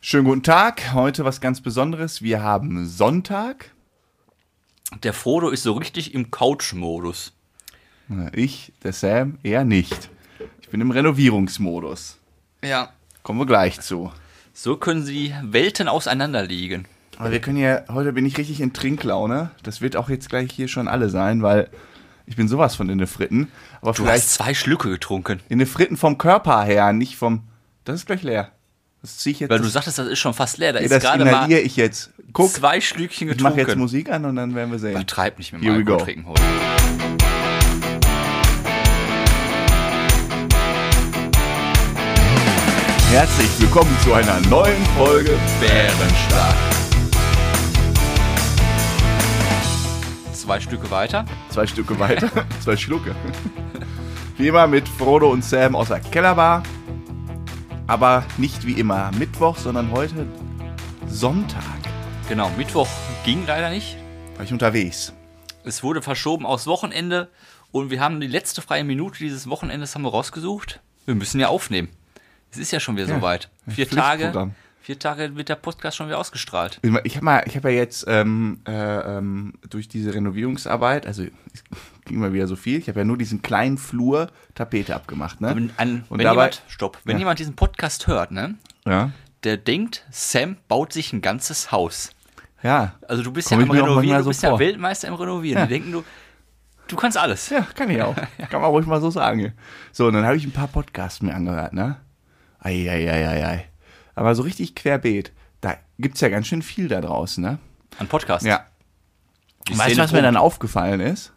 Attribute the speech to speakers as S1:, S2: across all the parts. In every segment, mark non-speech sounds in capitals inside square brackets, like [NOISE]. S1: Schönen guten Tag. Heute was ganz Besonderes. Wir haben Sonntag.
S2: Der Frodo ist so richtig im Couch-Modus.
S1: Ich, der Sam, eher nicht. Ich bin im Renovierungsmodus.
S2: Ja.
S1: Kommen wir gleich zu.
S2: So können sie Welten auseinanderliegen.
S1: Aber wir können ja, heute bin ich richtig in Trinklaune. Das wird auch jetzt gleich hier schon alle sein, weil ich bin sowas von in den Fritten. Aber
S2: Du
S1: vielleicht
S2: hast zwei Schlücke getrunken.
S1: in den Fritten vom Körper her, nicht vom. Das ist gleich leer. Das ziehe ich jetzt.
S2: Weil du sagtest, das ist schon fast leer. Da ist
S1: das
S2: gerade mal
S1: inhaliere ich jetzt. Guck,
S2: zwei Schlückchen
S1: ich mache
S2: getrunken.
S1: jetzt Musik an und dann werden wir sehen.
S2: Übertreib nicht mit dem
S1: Here we
S2: Alkohol
S1: go.
S2: trinken heute.
S1: Herzlich willkommen zu einer neuen Folge
S2: Bärenstark. Zwei Stücke weiter.
S1: Zwei Stücke
S2: [LAUGHS]
S1: weiter. Zwei Schlucke. Wie immer mit Frodo und Sam aus der Kellerbar. Aber nicht wie immer Mittwoch, sondern heute Sonntag.
S2: Genau, Mittwoch ging leider nicht.
S1: War ich unterwegs.
S2: Es wurde verschoben aufs Wochenende. Und wir haben die letzte freie Minute dieses Wochenendes haben wir rausgesucht. Wir müssen ja aufnehmen. Es ist ja schon wieder
S1: Ja,
S2: soweit.
S1: ein
S2: Vier Tage,
S1: Pflichtprogramm.
S2: vier Tage wird der Podcast schon wieder ausgestrahlt.
S1: Ich habe mal, ich habe ja jetzt ähm, äh, ähm, durch diese Renovierungsarbeit, also es ging mal wieder so viel. Ich habe ja nur diesen kleinen Flur Tapete abgemacht, ne?
S2: Wenn, an,
S1: Und
S2: wenn
S1: dabei-
S2: jemand, stopp, wenn
S1: Ja.
S2: jemand diesen Podcast hört, ne,
S1: Ja.
S2: der denkt, Sam baut sich ein ganzes Haus.
S1: Ja.
S2: Also du bist
S1: Komm
S2: ja
S1: ich
S2: am
S1: mir auch
S2: Renovieren,
S1: manchmal
S2: du
S1: so
S2: bist ja
S1: vor.
S2: Weltmeister im Renovieren.
S1: Ja.
S2: Die denken, du, du kannst alles.
S1: Ja, kann ich auch. [LAUGHS] Kann man ruhig mal so sagen. So, und dann habe ich ein paar Podcasts mir angehört, ne? Eieieiei. Aber so richtig querbeet, da gibt's ja ganz schön viel da draußen, ne?
S2: An Podcast. Die
S1: Weißt du,
S2: Szene
S1: was mir
S2: probt.
S1: dann aufgefallen ist?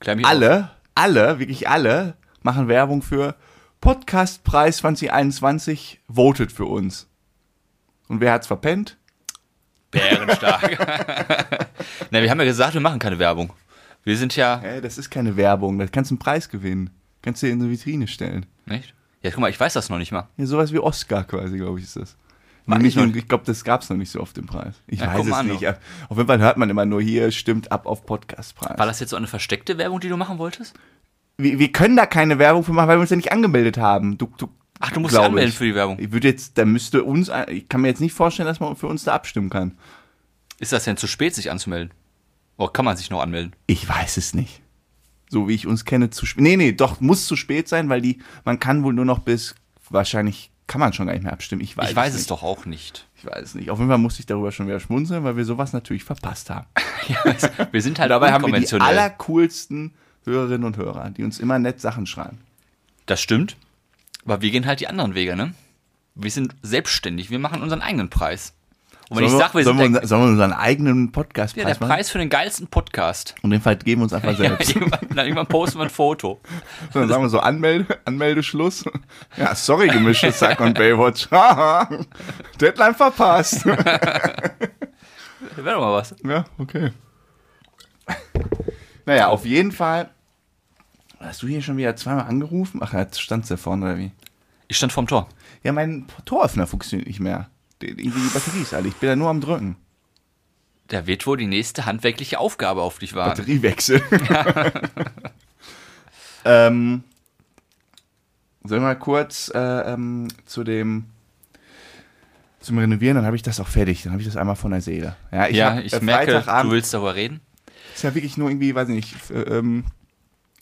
S2: Klär mich auf.
S1: Alle, alle, wirklich alle, machen Werbung für Podcastpreis 2021, votet für uns. Und wer hat's verpennt?
S2: Bärenstark. [LAUGHS] Na, wir haben ja gesagt, wir machen keine Werbung. Wir sind ja,
S1: Hä, das ist keine Werbung, da kannst du einen Preis gewinnen. Kannst du dir in eine Vitrine stellen.
S2: nicht? Ja, guck mal, ich weiß das noch nicht mal.
S1: Ja, sowas wie Oscar quasi, glaube ich, ist das.
S2: War
S1: Nicht,
S2: ich noch-
S1: ich glaube, das gab es noch nicht so oft im Preis. Ich
S2: Ja,
S1: weiß
S2: guck mal
S1: es
S2: an,
S1: nicht.
S2: doch.
S1: Auf jeden Fall hört man immer nur, hier stimmt ab auf Podcastpreis.
S2: War das jetzt so eine versteckte Werbung, die du machen wolltest?
S1: Wir, wir können da keine Werbung für machen, weil wir uns ja nicht angemeldet haben. Du, du,
S2: Ach, du musst
S1: glaub
S2: dich anmelden
S1: ich.
S2: für die Werbung.
S1: Ich würde jetzt, da müsste uns, ein- ich kann mir jetzt nicht vorstellen, dass man für uns da abstimmen kann.
S2: Ist das denn zu spät, sich anzumelden? Oder kann man sich noch anmelden?
S1: Ich weiß es nicht. So wie ich uns kenne, zu spät. Nee, nee, doch, muss zu spät sein, weil die, man kann wohl nur noch bis, wahrscheinlich kann man schon gar nicht mehr abstimmen. Ich weiß,
S2: Ich weiß
S1: es
S2: es
S1: nicht.
S2: doch auch nicht.
S1: Ich weiß es nicht. Auf jeden Fall musste ich darüber schon wieder schmunzeln, weil wir sowas natürlich verpasst haben.
S2: Wir [LAUGHS] sind
S1: Und
S2: halt
S1: dabei haben wir die
S2: unkonventionell.
S1: allercoolsten Hörerinnen und Hörer, die uns immer nett Sachen schreiben.
S2: das stimmt. Aber wir gehen halt die anderen Wege, ne? Wir sind selbstständig. Wir machen unseren eigenen Preis. Und wenn ich sage, wir
S1: sollen, wir,
S2: sind der,
S1: unser- sollen wir unseren eigenen Podcast
S2: ja, der Preis für den geilsten Podcast.
S1: Und den Fall geben wir uns einfach
S2: [LAUGHS] Ja,
S1: selbst.
S2: irgendwann, dann irgendwann posten wir ein Foto.
S1: Dann sagen wir so Anmelde, Anmeldeschluss. [LAUGHS] Ja, sorry, gemischtes Sack und Baywatch. [LAUGHS] Haha. Deadline verpasst. [LAUGHS]
S2: Wäre doch mal was.
S1: Ja, okay. Naja, auf jeden Fall. Hast du hier schon wieder zweimal angerufen? Ach, jetzt stand's da vorne oder wie?
S2: Ich stand vorm Tor.
S1: Ja, mein Toröffner funktioniert nicht mehr. Die, die die Batterie ist alle. Ich bin da nur am Drücken.
S2: Da wird wohl die nächste handwerkliche Aufgabe auf dich warten. [LAUGHS]
S1: Batteriewechsel. [LAUGHS] ähm, sollen wir mal kurz äh, ähm, zu dem zum Renovieren, dann habe ich das auch fertig, dann habe ich das einmal von der Seele. Ja, ich,
S2: Ja,
S1: hab,
S2: ich
S1: äh,
S2: merke, du
S1: Freitagabend
S2: willst darüber reden.
S1: ist ja wirklich nur irgendwie, weiß ich nicht, f- äh, ähm,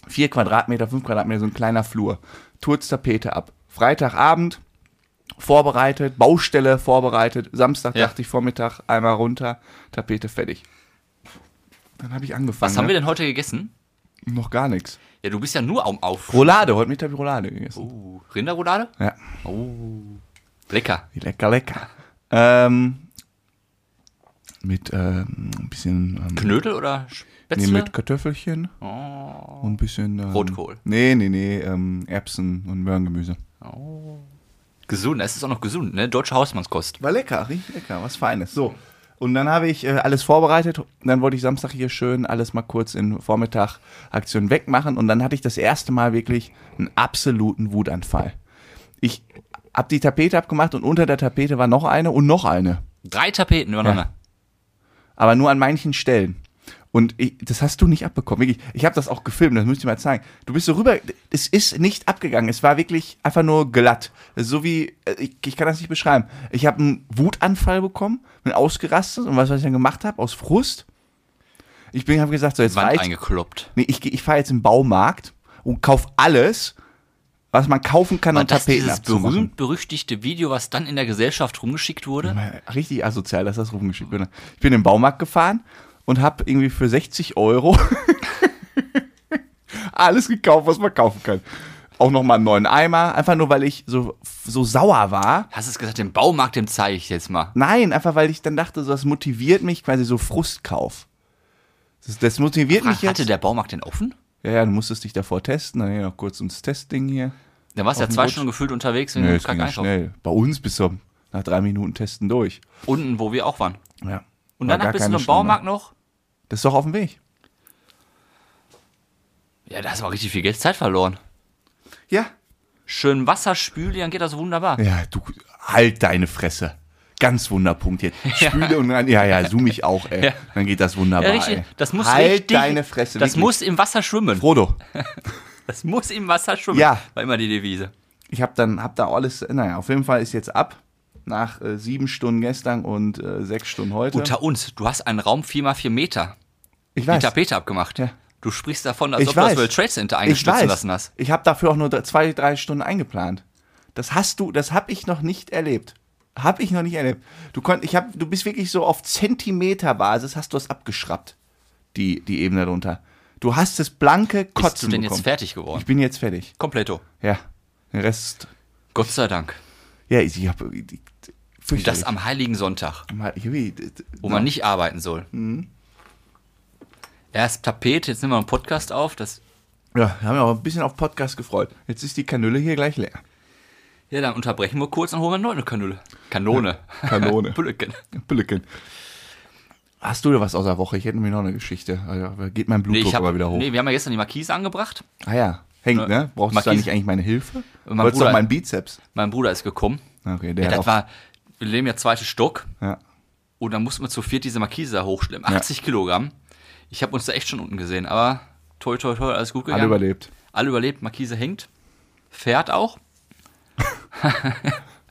S1: vier Quadratmeter, fünf Quadratmeter, so ein kleiner Flur. Turz Tapete ab. Freitagabend vorbereitet, Baustelle vorbereitet. Samstag
S2: Ja.
S1: dachte ich Vormittag einmal runter, Tapete fertig. Dann habe ich angefangen.
S2: Was haben
S1: ne?
S2: wir denn heute gegessen?
S1: Noch gar nichts.
S2: Ja, du bist ja nur am Auf.
S1: Roulade, heute Mittag habe ich Roulade gegessen.
S2: Uh, Rinderroulade?
S1: Ja,
S2: Lecker.
S1: lecker, lecker. Ähm, mit ähm, ein bisschen ähm,
S2: Knödel oder
S1: nee,
S2: Spätzle?
S1: mit Kartoffelchen
S2: oh.
S1: und ein bisschen ähm,
S2: Rotkohl.
S1: Nee, nee, nee, ähm, Erbsen und Möhrengemüse.
S2: Gesund, es ist auch noch gesund, ne? Deutsche Hausmannskost.
S1: War lecker, richtig lecker, was Feines. So. Und dann habe ich äh, alles vorbereitet. Dann wollte ich Samstag hier schön alles mal kurz in Vormittag Aktion wegmachen. Und dann hatte ich das erste Mal wirklich einen absoluten Wutanfall. Ich habe die Tapete abgemacht und unter der Tapete war noch eine und noch eine.
S2: Drei Tapeten übereinander.
S1: aber nur an manchen Stellen. Und ich, das hast du nicht abbekommen. Wirklich. Ich habe das auch gefilmt, das müsst ihr mal zeigen. Du bist so rüber, es ist nicht abgegangen. Es war wirklich einfach nur glatt. So wie, äh, ich, ich kann das nicht beschreiben. Ich habe einen Wutanfall bekommen, bin ausgerastet und weißt du, was ich dann gemacht habe? Aus Frust. Ich bin, habe gesagt, so jetzt
S2: Wand
S1: reicht.
S2: eingekloppt.
S1: Nee, ich, geh- ich fahre jetzt im Baumarkt und kauf alles, was man kaufen kann
S2: War
S1: an
S2: das
S1: Tapeten
S2: dieses
S1: abzumachen.
S2: berühmt-berüchtigte Video, was dann in der Gesellschaft rumgeschickt wurde?
S1: Richtig asozial, dass das rumgeschickt wurde. Ich bin in den Baumarkt gefahren und habe irgendwie für 60 Euro [LAUGHS] alles gekauft, was man kaufen kann. Auch nochmal einen neuen Eimer, einfach nur, weil ich so, so sauer war.
S2: Hast du es gesagt, dem Baumarkt, dem zeige ich jetzt mal.
S1: Nein, einfach weil ich dann dachte, so, das motiviert mich quasi so Frustkauf. Das, das motiviert mich
S2: Hatte
S1: jetzt.
S2: der Baumarkt denn offen?
S1: Ja, ja, du musstest dich davor testen, dann hier noch kurz ums Testding hier.
S2: Da warst du
S1: Auf
S2: ja
S1: dem
S2: zwei
S1: Rutsch.
S2: Stunden gefühlt unterwegs, wenn
S1: Nö,
S2: du
S1: es ging
S2: kack
S1: ja
S2: einkaufen.
S1: schnell. Bei uns bist du nach drei Minuten testen durch.
S2: Unten, wo wir auch waren.
S1: Ja.
S2: Und
S1: War
S2: danach
S1: gar
S2: bist du
S1: keine
S2: noch im Baumarkt
S1: Stunde.
S2: noch.
S1: Das ist doch auf dem Weg.
S2: Ja, da hast du aber richtig viel Geld Zeit verloren.
S1: Ja.
S2: Schön Wasser spülen, dann geht das wunderbar.
S1: Ja, du, halt deine Fresse. Ganz Wunderpunkt
S2: [LAUGHS]
S1: jetzt. Spüle und dann, ja, ja, zoom mich auch, ey.
S2: Ja.
S1: Dann geht das wunderbar.
S2: Ja, richtig.
S1: ey.
S2: Das muss
S1: halt
S2: richtig,
S1: deine Fresse.
S2: Das
S1: wirklich.
S2: muss im Wasser schwimmen.
S1: Frodo,
S2: Das muss im Wasser schwimmen.
S1: Ja.
S2: War immer die Devise.
S1: ich hab dann, hab da alles, naja, auf jeden Fall ist jetzt ab. Nach äh, sieben Stunden gestern und äh, sechs Stunden heute.
S2: Unter uns, du hast einen Raum 4x4 Meter
S1: ich
S2: die
S1: weiß.
S2: Tapete abgemacht.
S1: Ja.
S2: Du sprichst davon, als
S1: Ich
S2: ob du das
S1: weiß.
S2: World Trade Center
S1: Ich
S2: eingestürzt
S1: weiß.
S2: lassen hast.
S1: Ich habe dafür auch nur dr- zwei, drei Stunden eingeplant. Das hast du, das habe ich noch nicht erlebt. Habe ich noch nicht erlebt. Du konnt, ich hab, du bist wirklich so auf Zentimeterbasis hast du es abgeschraubt. Die, die Ebene darunter. Du hast das blanke Kotzen
S2: Bist du denn
S1: bekommen.
S2: jetzt fertig
S1: Ich
S2: geworden?
S1: bin jetzt fertig.
S2: Kompletto.
S1: Ja. Den Rest.
S2: Gott sei Dank.
S1: Ja, ich habe.
S2: Und das am Oh Heiligen Sonntag, wo man nicht arbeiten soll.
S1: Mhm.
S2: Erst Tapete, jetzt nehmen wir einen Podcast auf. Das,
S1: Ja, haben wir auch ein bisschen auf Podcast gefreut. Jetzt ist die Kanüle hier gleich leer.
S2: ja, dann unterbrechen wir kurz und holen wir eine neue Kanone. Kanone. [LAUGHS]
S1: Kanone.
S2: Blöcken.
S1: Blöcken. Hast du da was aus der Woche? Ich hätte nämlich noch eine Geschichte. Also, da geht mein
S2: Nee,
S1: Blutdruck
S2: ich hab,
S1: aber wieder hoch.
S2: nee, wir haben ja gestern die Markise angebracht.
S1: Ah ja, hängt, ne? Brauchst du da
S2: Marquis-
S1: nicht eigentlich meine Hilfe?
S2: Mein
S1: Wolltest
S2: Bruder-
S1: doch meinen Bizeps.
S2: Mein Bruder ist gekommen.
S1: Okay, der
S2: Ja,
S1: hat
S2: das
S1: auch,
S2: war, wir leben ja zweiter Stock.
S1: ja.
S2: Und dann mussten wir zu viert diese Markise da hochschleppen. 80 Kilogramm. Ich habe uns da echt schon unten gesehen, aber toi, toi, toi, alles gut
S1: Alle
S2: gegangen.
S1: überlebt.
S2: Alle überlebt, Markise hängt. Fährt auch.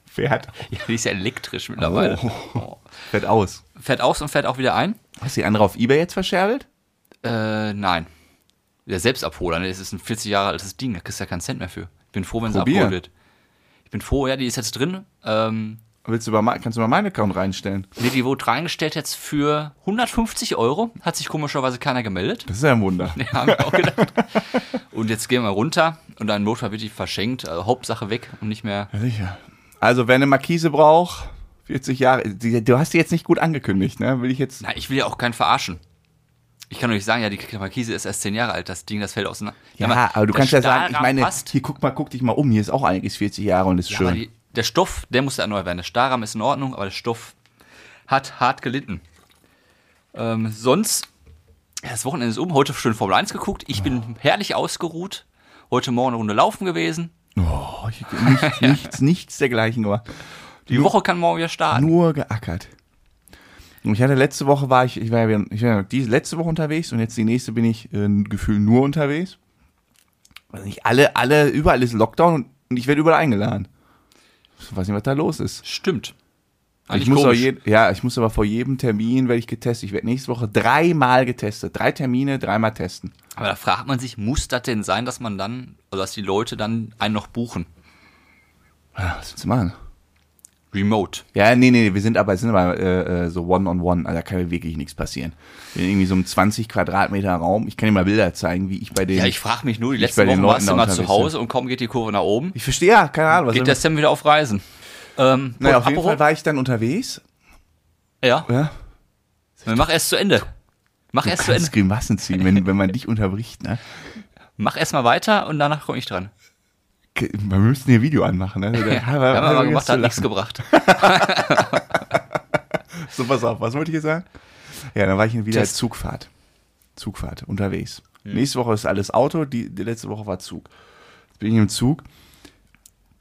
S1: Fährt,
S2: Ja, die ist ja elektrisch mittlerweile.
S1: fährt aus.
S2: Fährt aus und fährt auch wieder ein.
S1: Hast du die andere auf Ebay jetzt verscherbelt?
S2: Äh, nein. Der Selbstabholer, ne? Das ist ein 40 Jahre altes Ding, da kriegst du ja keinen Cent mehr für. Ich bin froh, wenn sie
S1: Probier.
S2: abgeholt wird. Ich bin froh, ja, die ist jetzt drin. Ähm,
S1: Willst du über, mein- kannst du über meinen Account reinstellen?
S2: nee, die wurde reingestellt jetzt für 150 Euro. Hat sich komischerweise keiner gemeldet. [LAUGHS]
S1: Das ist ja ein Wunder.
S2: Ja, haben wir auch gedacht. Und jetzt gehen wir runter und dann Notfall wird die verschenkt. Also Hauptsache weg und nicht mehr.
S1: Ja, sicher. Also, wer eine Markise braucht, 40 Jahre, die, du hast die jetzt nicht gut angekündigt, ne? Will ich jetzt.
S2: Na, ich will ja auch keinen verarschen. Ich kann doch nicht sagen, ja, die Markise ist erst zehn Jahre alt, das Ding, das fällt auseinander.
S1: Ja, aber du
S2: der
S1: kannst ja sagen, ich
S2: Stahlrahmen
S1: meine,
S2: Passt,
S1: hier guck mal, guck dich mal um, hier ist auch einiges 40 Jahre und ist
S2: ja, aber
S1: schön.
S2: die, der Stoff, der muss ja erneuert werden. Der Stahlrahmen ist in Ordnung, aber der Stoff hat hart gelitten. Ähm, sonst, ja, das Wochenende ist um, heute schön Formel 1 geguckt. Ich bin herrlich ausgeruht. Heute Morgen eine Runde laufen gewesen.
S1: oh, ich, [LAUGHS] nichts, nichts, nichts dergleichen gemacht.
S2: Die Woche kann morgen wieder starten.
S1: Nur geackert. Und ich hatte letzte Woche war ich, ich war ja, wieder- ich war ja diese letzte Woche unterwegs und jetzt die nächste bin ich äh, gefühlt nur unterwegs. Weiß nicht, alle, alle, überall ist Lockdown und, und ich werde überall eingeladen. Ich weiß nicht, was da los ist.
S2: Stimmt.
S1: ich muss auch jed- ja, ich muss aber vor jedem Termin werde ich getestet. Ich werde nächste Woche dreimal getestet. Drei Termine, dreimal testen.
S2: Aber da fragt man sich, muss das denn sein, dass man dann, also dass die Leute dann einen noch buchen?
S1: Ja, Ah, was willst du machen?
S2: Remote.
S1: Ja, nee, nee, nee, wir sind aber, sind aber äh, äh, so one-on-one, also da kann mir wirklich nichts passieren. In irgendwie so einem 20 Quadratmeter Raum, ich kann dir mal Bilder zeigen, wie ich bei den
S2: Ja, ich frage mich nur, die
S1: bei
S2: letzten
S1: den
S2: Wochen
S1: Leuten
S2: warst
S1: da
S2: du immer
S1: unterwegs
S2: zu Hause und kaum geht die Kurve nach oben,
S1: Ich verstehe, ja, keine Ahnung, was
S2: geht der Sam wieder auf Reisen. Ähm,
S1: Naja, auf
S2: Paul
S1: jeden
S2: Apero-
S1: Fall war ich dann unterwegs.
S2: Ja,
S1: Ja.
S2: mach erst zu Ende. Mach erst zu Ende.
S1: Kannst Grimassen ziehen, wenn, wenn man dich unterbricht, ne?
S2: Mach erst mal weiter und danach komme ich dran.
S1: K- Wir müssen hier Video anmachen,
S2: [LAUGHS]
S1: ne? Da-
S2: Ja, haben wir mal gemacht, hat nichts gebracht.
S1: So, pass auf, was wollte ich jetzt sagen? Ja, dann war ich wieder
S2: Test.
S1: Zugfahrt. Zugfahrt, unterwegs. Nächste Woche ist alles Auto, die, die letzte Woche war Zug. Jetzt bin ich im Zug.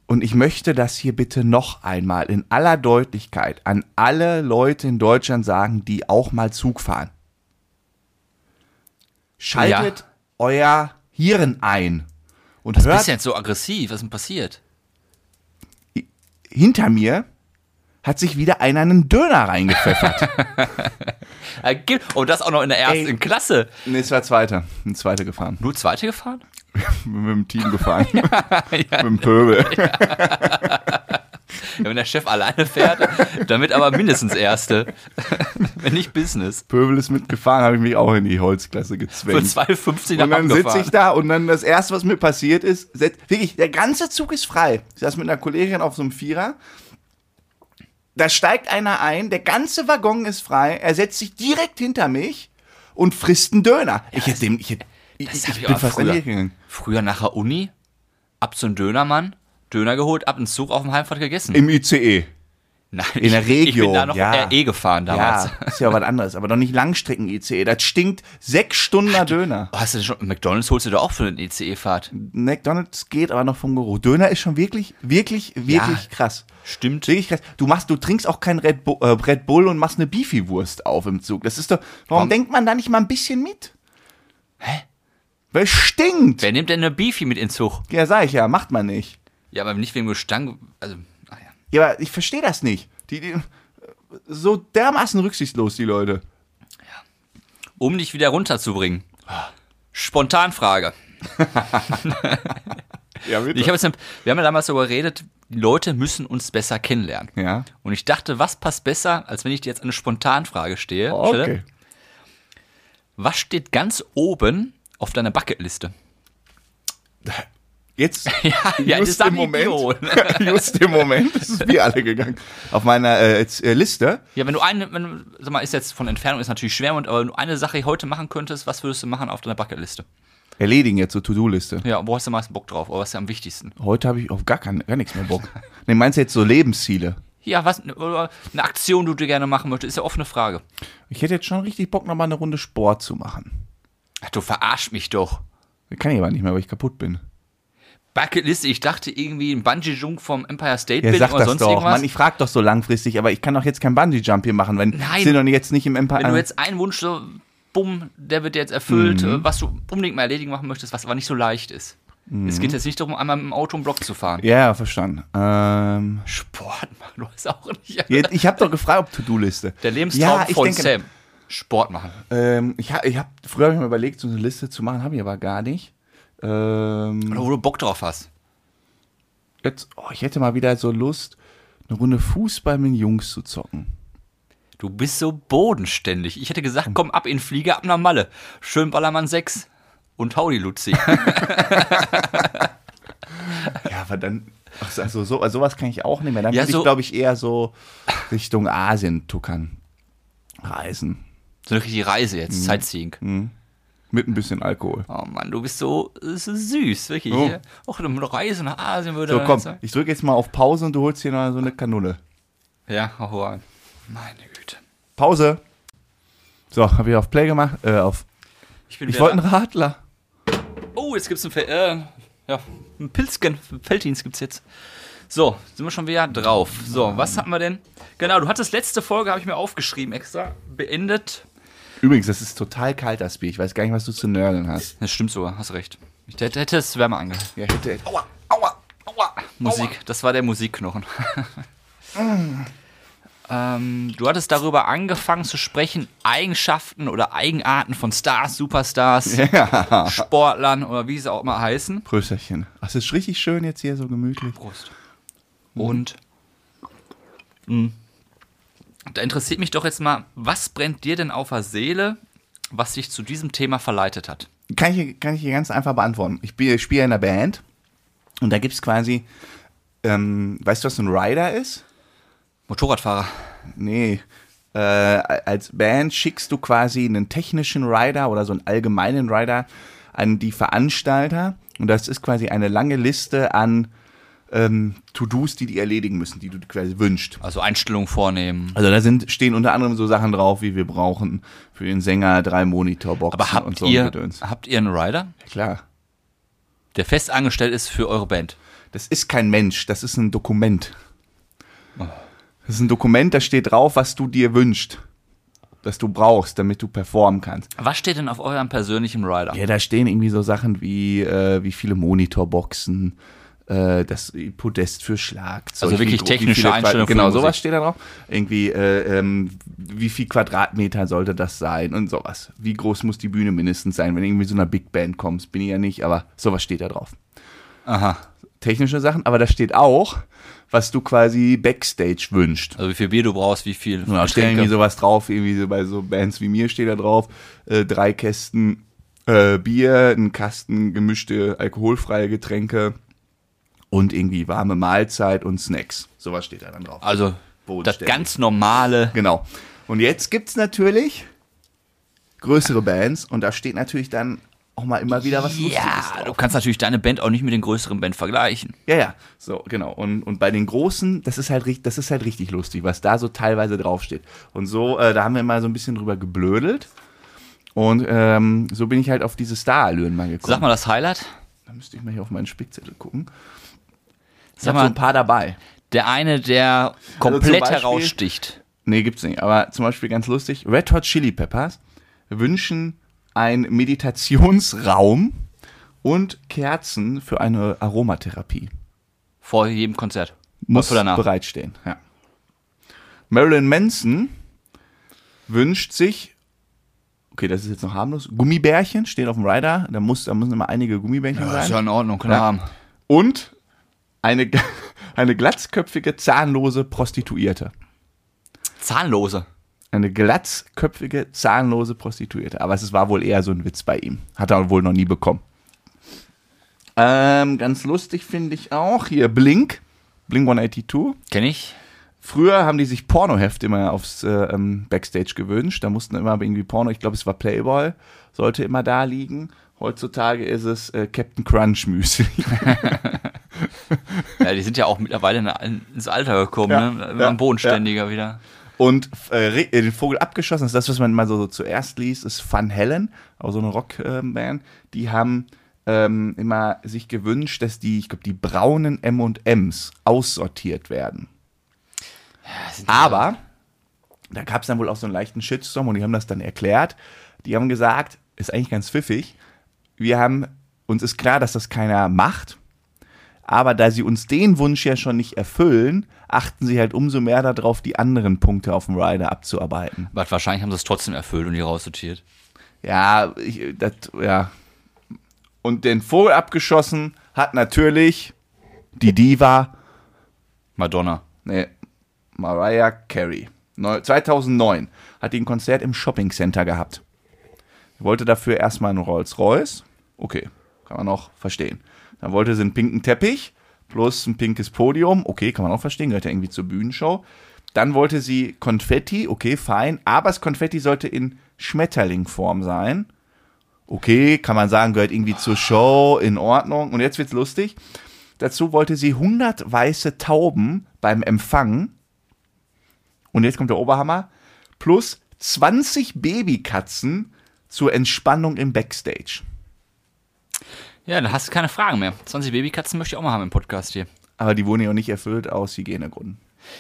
S1: Und ich möchte das hier bitte noch einmal in aller Deutlichkeit an alle Leute in Deutschland sagen, die auch mal Zug fahren. Schaltet euer Hirn ein und
S2: Was bist
S1: hört
S2: du jetzt so aggressiv? Was ist denn passiert?
S1: hinter mir hat sich wieder einer einen Döner
S2: [LAUGHS]
S1: reingepfeffert.
S2: Äh, ge- Und das auch noch in der ersten
S1: Ey.
S2: Klasse.
S1: nee, es war zweiter. Ein zweiter gefahren.
S2: Nur zweite gefahren?
S1: Mit dem Team
S2: [LAUGHS]
S1: gefahren. Mit dem Pöbel.
S2: Ja, wenn der Chef alleine fährt, [LAUGHS] damit aber mindestens erste. [LAUGHS] wenn nicht Business.
S1: Pöbel ist mitgefahren, habe ich mich auch in die Holzklasse
S2: Für
S1: gezwängt.
S2: 2,50
S1: Und
S2: nach
S1: dann sitze
S2: abgefahren.
S1: ich da und dann das erste, was mir passiert ist, setz- wirklich, der ganze Zug ist frei. Ich saß mit einer Kollegin auf so einem Vierer. Da steigt einer ein, der ganze Waggon ist frei, er setzt sich direkt hinter mich und frisst einen Döner. ich hätte dem, ich hätte,
S2: das
S1: ich,
S2: hab
S1: ich
S2: ich
S1: bin
S2: auch
S1: fast
S2: früher.
S1: angegangen.
S2: Früher nach der Uni, ab zum Dönermann, Döner geholt, ab ins Zug auf dem Heimfahrt gegessen.
S1: Im E. ICE.
S2: Nein,
S1: in der
S2: Ich bin
S1: Regio,
S2: da noch
S1: ja.
S2: RE gefahren damals.
S1: Ja, ist ja was anderes, aber doch nicht Langstrecken-ICE. Das stinkt sechs Stunden nach Döner.
S2: Oh, hast du denn schon, McDonalds holst du doch auch für eine E ECE-Fahrt.
S1: McDonalds geht aber noch vom Geruch. Döner ist schon wirklich, wirklich, wirklich
S2: Ja.
S1: krass.
S2: Stimmt.
S1: Wirklich krass. Du machst, du trinkst auch kein Red, Bu äh, Red Bull und machst eine Beefy-Wurst auf im Zug. Das ist doch. Warum,
S2: Warum?
S1: denkt man da nicht mal ein bisschen mit? Hä? Weil es stinkt.
S2: Wer nimmt denn eine Beefy mit in den Zug?
S1: Ja, sag ich ja, macht man nicht.
S2: Ja, aber nicht wegen Gestank. Also, naja.
S1: Ja, aber ich verstehe das nicht. Die, die, so dermaßen rücksichtslos, die Leute.
S2: Um dich wieder runterzubringen. Spontanfrage.
S1: Ja, bitte.
S2: Ich hab jetzt eine, wir haben ja damals darüber geredet, die Leute müssen uns besser kennenlernen.
S1: ja.
S2: Und ich dachte, was passt besser, als wenn ich dir jetzt eine Spontanfrage stehe? stelle?
S1: Okay.
S2: Was steht ganz oben auf deiner Bucketliste?
S1: [LAUGHS]
S2: [LAUGHS]
S1: Jetzt,
S2: ja, das
S1: just,
S2: sag
S1: im
S2: ich
S1: Moment,
S2: Idiot. [LAUGHS]
S1: just im Moment ist es mir alle gegangen. Auf meiner äh, jetzt, äh, Liste.
S2: Ja, wenn du eine, wenn, du- sag mal, ist jetzt von Entfernung ist natürlich schwer, und aber wenn du eine Sache heute machen könntest, was würdest du machen auf deiner Bucketliste?
S1: Erledigen jetzt so To-Do-Liste.
S2: Ja, wo hast du am meisten Bock drauf? Oder was ist dir am wichtigsten?
S1: Heute habe ich auf gar, kein, gar nichts mehr Bock. Nee, meinst du jetzt so Lebensziele?
S2: Ja, was, oder eine Aktion, die du gerne machen möchtest, ist ja offene Frage.
S1: Ich hätte jetzt schon richtig Bock, nochmal eine Runde Sport zu machen.
S2: Ach, du verarsch mich doch.
S1: Kann ich aber nicht mehr, weil ich kaputt bin.
S2: Bucketliste, ich dachte irgendwie ein Bungee-Junk vom Empire State
S1: Ja,
S2: Building
S1: sag
S2: oder
S1: das
S2: sonst
S1: doch.
S2: irgendwas.
S1: Mann, ich frag doch so langfristig, aber ich kann doch jetzt kein Bungee-Jump hier machen, wenn
S2: Nein.
S1: sind doch jetzt nicht im Empire.
S2: wenn du jetzt einen Wunsch so, bumm, der wird dir jetzt erfüllt,
S1: Mhm.
S2: äh, was du unbedingt mal erledigen machen möchtest, was aber nicht so leicht ist. Es geht jetzt nicht darum, einmal mit dem Auto einen Block zu fahren.
S1: Mhm. ja, ja, verstanden. Ähm,
S2: Sport machen, du hast auch nicht.
S1: jetzt, ich habe doch gefragt, ob To-Do-Liste.
S2: Der Lebenstraum
S1: ich
S2: von
S1: denke-
S2: Sam. Sport machen.
S1: Ähm, ich hab, ich hab, früher habe ich mir überlegt, so eine Liste zu machen, habe ich aber gar nicht. Ähm,
S2: Oder wo du Bock drauf hast.
S1: jetzt, oh, ich hätte mal wieder so Lust, eine Runde Fußball mit den Jungs zu zocken.
S2: Du bist so bodenständig. Ich hätte gesagt, komm ab in den Flieger, ab nach Malle. Schön Ballermann 6. Und hau die Luzi.
S1: Ja, aber dann. ach so, Also, so, also sowas kann ich auch nicht mehr. Dann
S2: Ja,
S1: würde
S2: so-
S1: ich, glaube ich, eher so Richtung Asien tuckern. Reisen.
S2: so eine richtige Reise jetzt, Sightseeing.
S1: Mit ein bisschen Alkohol.
S2: Oh Mann, du bist so, so süß, wirklich.
S1: Oh.
S2: Och, eine Reise nach Asien würde
S1: So, komm, ich drücke jetzt mal auf Pause und du holst hier noch so eine Kanone.
S2: Ja, hau rein. Meine Güte.
S1: Pause. So, habe ich auf Play gemacht. Äh, auf.
S2: bin
S1: Ich
S2: wieder
S1: wollte einen Radler.
S2: Oh, jetzt gibt's ein Fel äh, ja, ein Pilzgen, Felddienst gibt's jetzt. So, sind wir schon wieder drauf. So, was hatten wir denn? Genau, du hattest letzte Folge, habe ich mir aufgeschrieben extra, beendet.
S1: Übrigens, das ist total kalt, das Bier. Ich weiß gar nicht, was du zu nörgeln hast.
S2: Das stimmt sogar, hast recht. Ich hätte, hätte es wärmer angehört.
S1: Ja, hätte,
S2: Aua, aua, aua. Musik, das war der Musikknochen.
S1: [LAUGHS]
S2: Mm. ähm, du hattest darüber angefangen zu sprechen, Eigenschaften oder Eigenarten von Stars, Superstars,
S1: ja.
S2: Sportlern oder wie sie auch immer heißen.
S1: [LAUGHS] Prösterchen. Ach, es ist richtig schön jetzt hier, so gemütlich.
S2: Prost. Mm. Und mh, da interessiert mich doch jetzt mal, was brennt dir denn auf der Seele, was dich zu diesem Thema verleitet hat?
S1: Kann ich, kann ich hier ganz einfach beantworten. Ich spiele spiele in einer Band und da gibt es quasi, ähm, weißt du, was ein Rider ist?
S2: Motorradfahrer.
S1: Nee. Äh, als Band schickst du quasi einen technischen Rider oder so einen allgemeinen Rider an die Veranstalter und das ist quasi eine lange Liste an ähm, To-Dos, die die erledigen müssen, die du dir quasi wünscht.
S2: Also Einstellungen vornehmen.
S1: Also da sind, stehen unter anderem so Sachen drauf, wie wir brauchen für den Sänger drei Monitorboxen
S2: Aber habt,
S1: und so ein
S2: ihr,
S1: Gedöns.
S2: habt ihr einen Rider,
S1: Ja, Klar.
S2: der fest angestellt ist für eure Band?
S1: Das ist kein Mensch, das ist ein Dokument. Das ist ein Dokument, da steht drauf, was du dir wünschst. das du brauchst, damit du performen kannst.
S2: Was steht denn auf eurem persönlichen Rider?
S1: Ja, da stehen irgendwie so Sachen wie, äh, wie viele Monitorboxen, äh, das Podest für Schlagzeug.
S2: Also wirklich
S1: wie gro- wie
S2: technische
S1: viele Quad-
S2: Einstellungen für
S1: Genau,
S2: die Musik.
S1: sowas steht da drauf. Irgendwie, äh, ähm, wie viel Quadratmeter sollte das sein und sowas. Wie groß muss die Bühne mindestens sein? Wenn du irgendwie mit so einer Big Band kommst, bin ich ja nicht, aber sowas steht da drauf.
S2: Aha.
S1: Technische Sachen, aber da steht auch, was du quasi Backstage wünschst.
S2: Also wie viel Bier du brauchst, wie viel.
S1: Ja, da steht
S2: Getränke.
S1: irgendwie sowas drauf, irgendwie so bei so Bands wie mir steht da drauf, äh, drei Kästen äh, Bier, ein Kasten gemischte alkoholfreie Getränke und irgendwie warme Mahlzeit und Snacks. Sowas steht da dann drauf.
S2: also das
S1: Bodenständig.
S2: ganz normale.
S1: Genau. Und jetzt gibt's natürlich größere Bands und da steht natürlich dann auch mal immer wieder was Lustiges
S2: Ja,
S1: drauf.
S2: du kannst natürlich deine Band auch nicht mit den größeren Band vergleichen.
S1: Ja, ja, so, genau. Und, und bei den Großen, das ist, halt, richt- das ist halt richtig lustig, was da so teilweise draufsteht. Und so, äh, da haben wir mal so ein bisschen drüber geblödelt. Und ähm, so bin ich halt auf diese Star-Allüren mal gekommen.
S2: Sag mal das Highlight.
S1: Da müsste ich mal hier auf meinen Spickzettel gucken. Ich
S2: Sag
S1: habe so
S2: mal,
S1: ein paar dabei.
S2: der eine, der komplett
S1: Also Beispiel-
S2: heraussticht.
S1: Nee, gibt's nicht. Aber zum Beispiel ganz lustig, Red Hot Chili Peppers wünschen einen Meditationsraum und Kerzen für eine Aromatherapie.
S2: Vor jedem Konzert.
S1: muss
S2: oder nach?
S1: bereitstehen. Ja. Marilyn Manson wünscht sich, okay, das ist jetzt noch harmlos, Gummibärchen stehen auf dem Rider, da, muss, da müssen immer einige Gummibärchen sein.
S2: in Ordnung, kann er
S1: Ja.
S2: haben.
S1: Und eine, [LAUGHS] eine glatzköpfige, zahnlose Prostituierte.
S2: Zahnlose.
S1: Eine glatzköpfige, zahnlose Prostituierte. Aber es war wohl eher so ein Witz bei ihm. Hat er wohl noch nie bekommen. Ähm, ganz lustig finde ich auch hier Blink, Blink 182. [LAUGHS]
S2: Kenne ich.
S1: Früher haben die sich Pornohefte immer aufs äh, ähm, Backstage gewünscht. Da mussten immer irgendwie Porno, ich glaube, es war Playboy, sollte immer da liegen. Heutzutage ist es äh, Captain Crunch Müsli.
S2: Ja, die sind ja auch mittlerweile in- in- ins Alter gekommen,
S1: Ja,
S2: ne?
S1: ja,
S2: Immer bodenständiger wieder.
S1: Und äh, Re- äh, den Vogel abgeschossen, das ist das, was man mal so, so zuerst liest, ist Van Helen, auch so eine Rockband. die haben ähm, immer sich gewünscht, dass die, ich glaube, die braunen M&Ms aussortiert werden. Aber da gab es dann wohl auch so einen leichten Shitstorm und die haben das dann erklärt. Die haben gesagt, ist eigentlich ganz pfiffig. Wir haben, uns ist klar, dass das keiner macht. Aber da sie uns den Wunsch ja schon nicht erfüllen, achten sie halt umso mehr darauf, die anderen Punkte auf dem Rider abzuarbeiten.
S2: Aber wahrscheinlich haben sie es trotzdem erfüllt und die raussortiert.
S1: Ja, ich, das, ja. Und den Vogel abgeschossen hat natürlich die Diva
S2: Madonna.
S1: Nee, Mariah Carey. Neu- 2009 hat die ein Konzert im Shopping Center gehabt. Wollte dafür erstmal einen Rolls-Royce. Okay, kann man auch verstehen. Dann wollte sie einen pinken Teppich plus ein pinkes Podium. Okay, kann man auch verstehen, gehört ja irgendwie zur Bühnenshow. Dann wollte sie Konfetti. Okay, fein. Aber das Konfetti sollte in Schmetterlingform sein. Okay, kann man sagen, gehört irgendwie zur Show, in Ordnung. Und jetzt wird's lustig. Dazu wollte sie 100 weiße Tauben beim Empfang. Und jetzt kommt der Oberhammer. Plus 20 Babykatzen zur Entspannung im Backstage.
S2: Ja, dann hast du keine Fragen mehr. 20 Babykatzen möchte ich auch mal haben im Podcast hier.
S1: Aber die wurden ja auch nicht erfüllt aus Hygienegründen.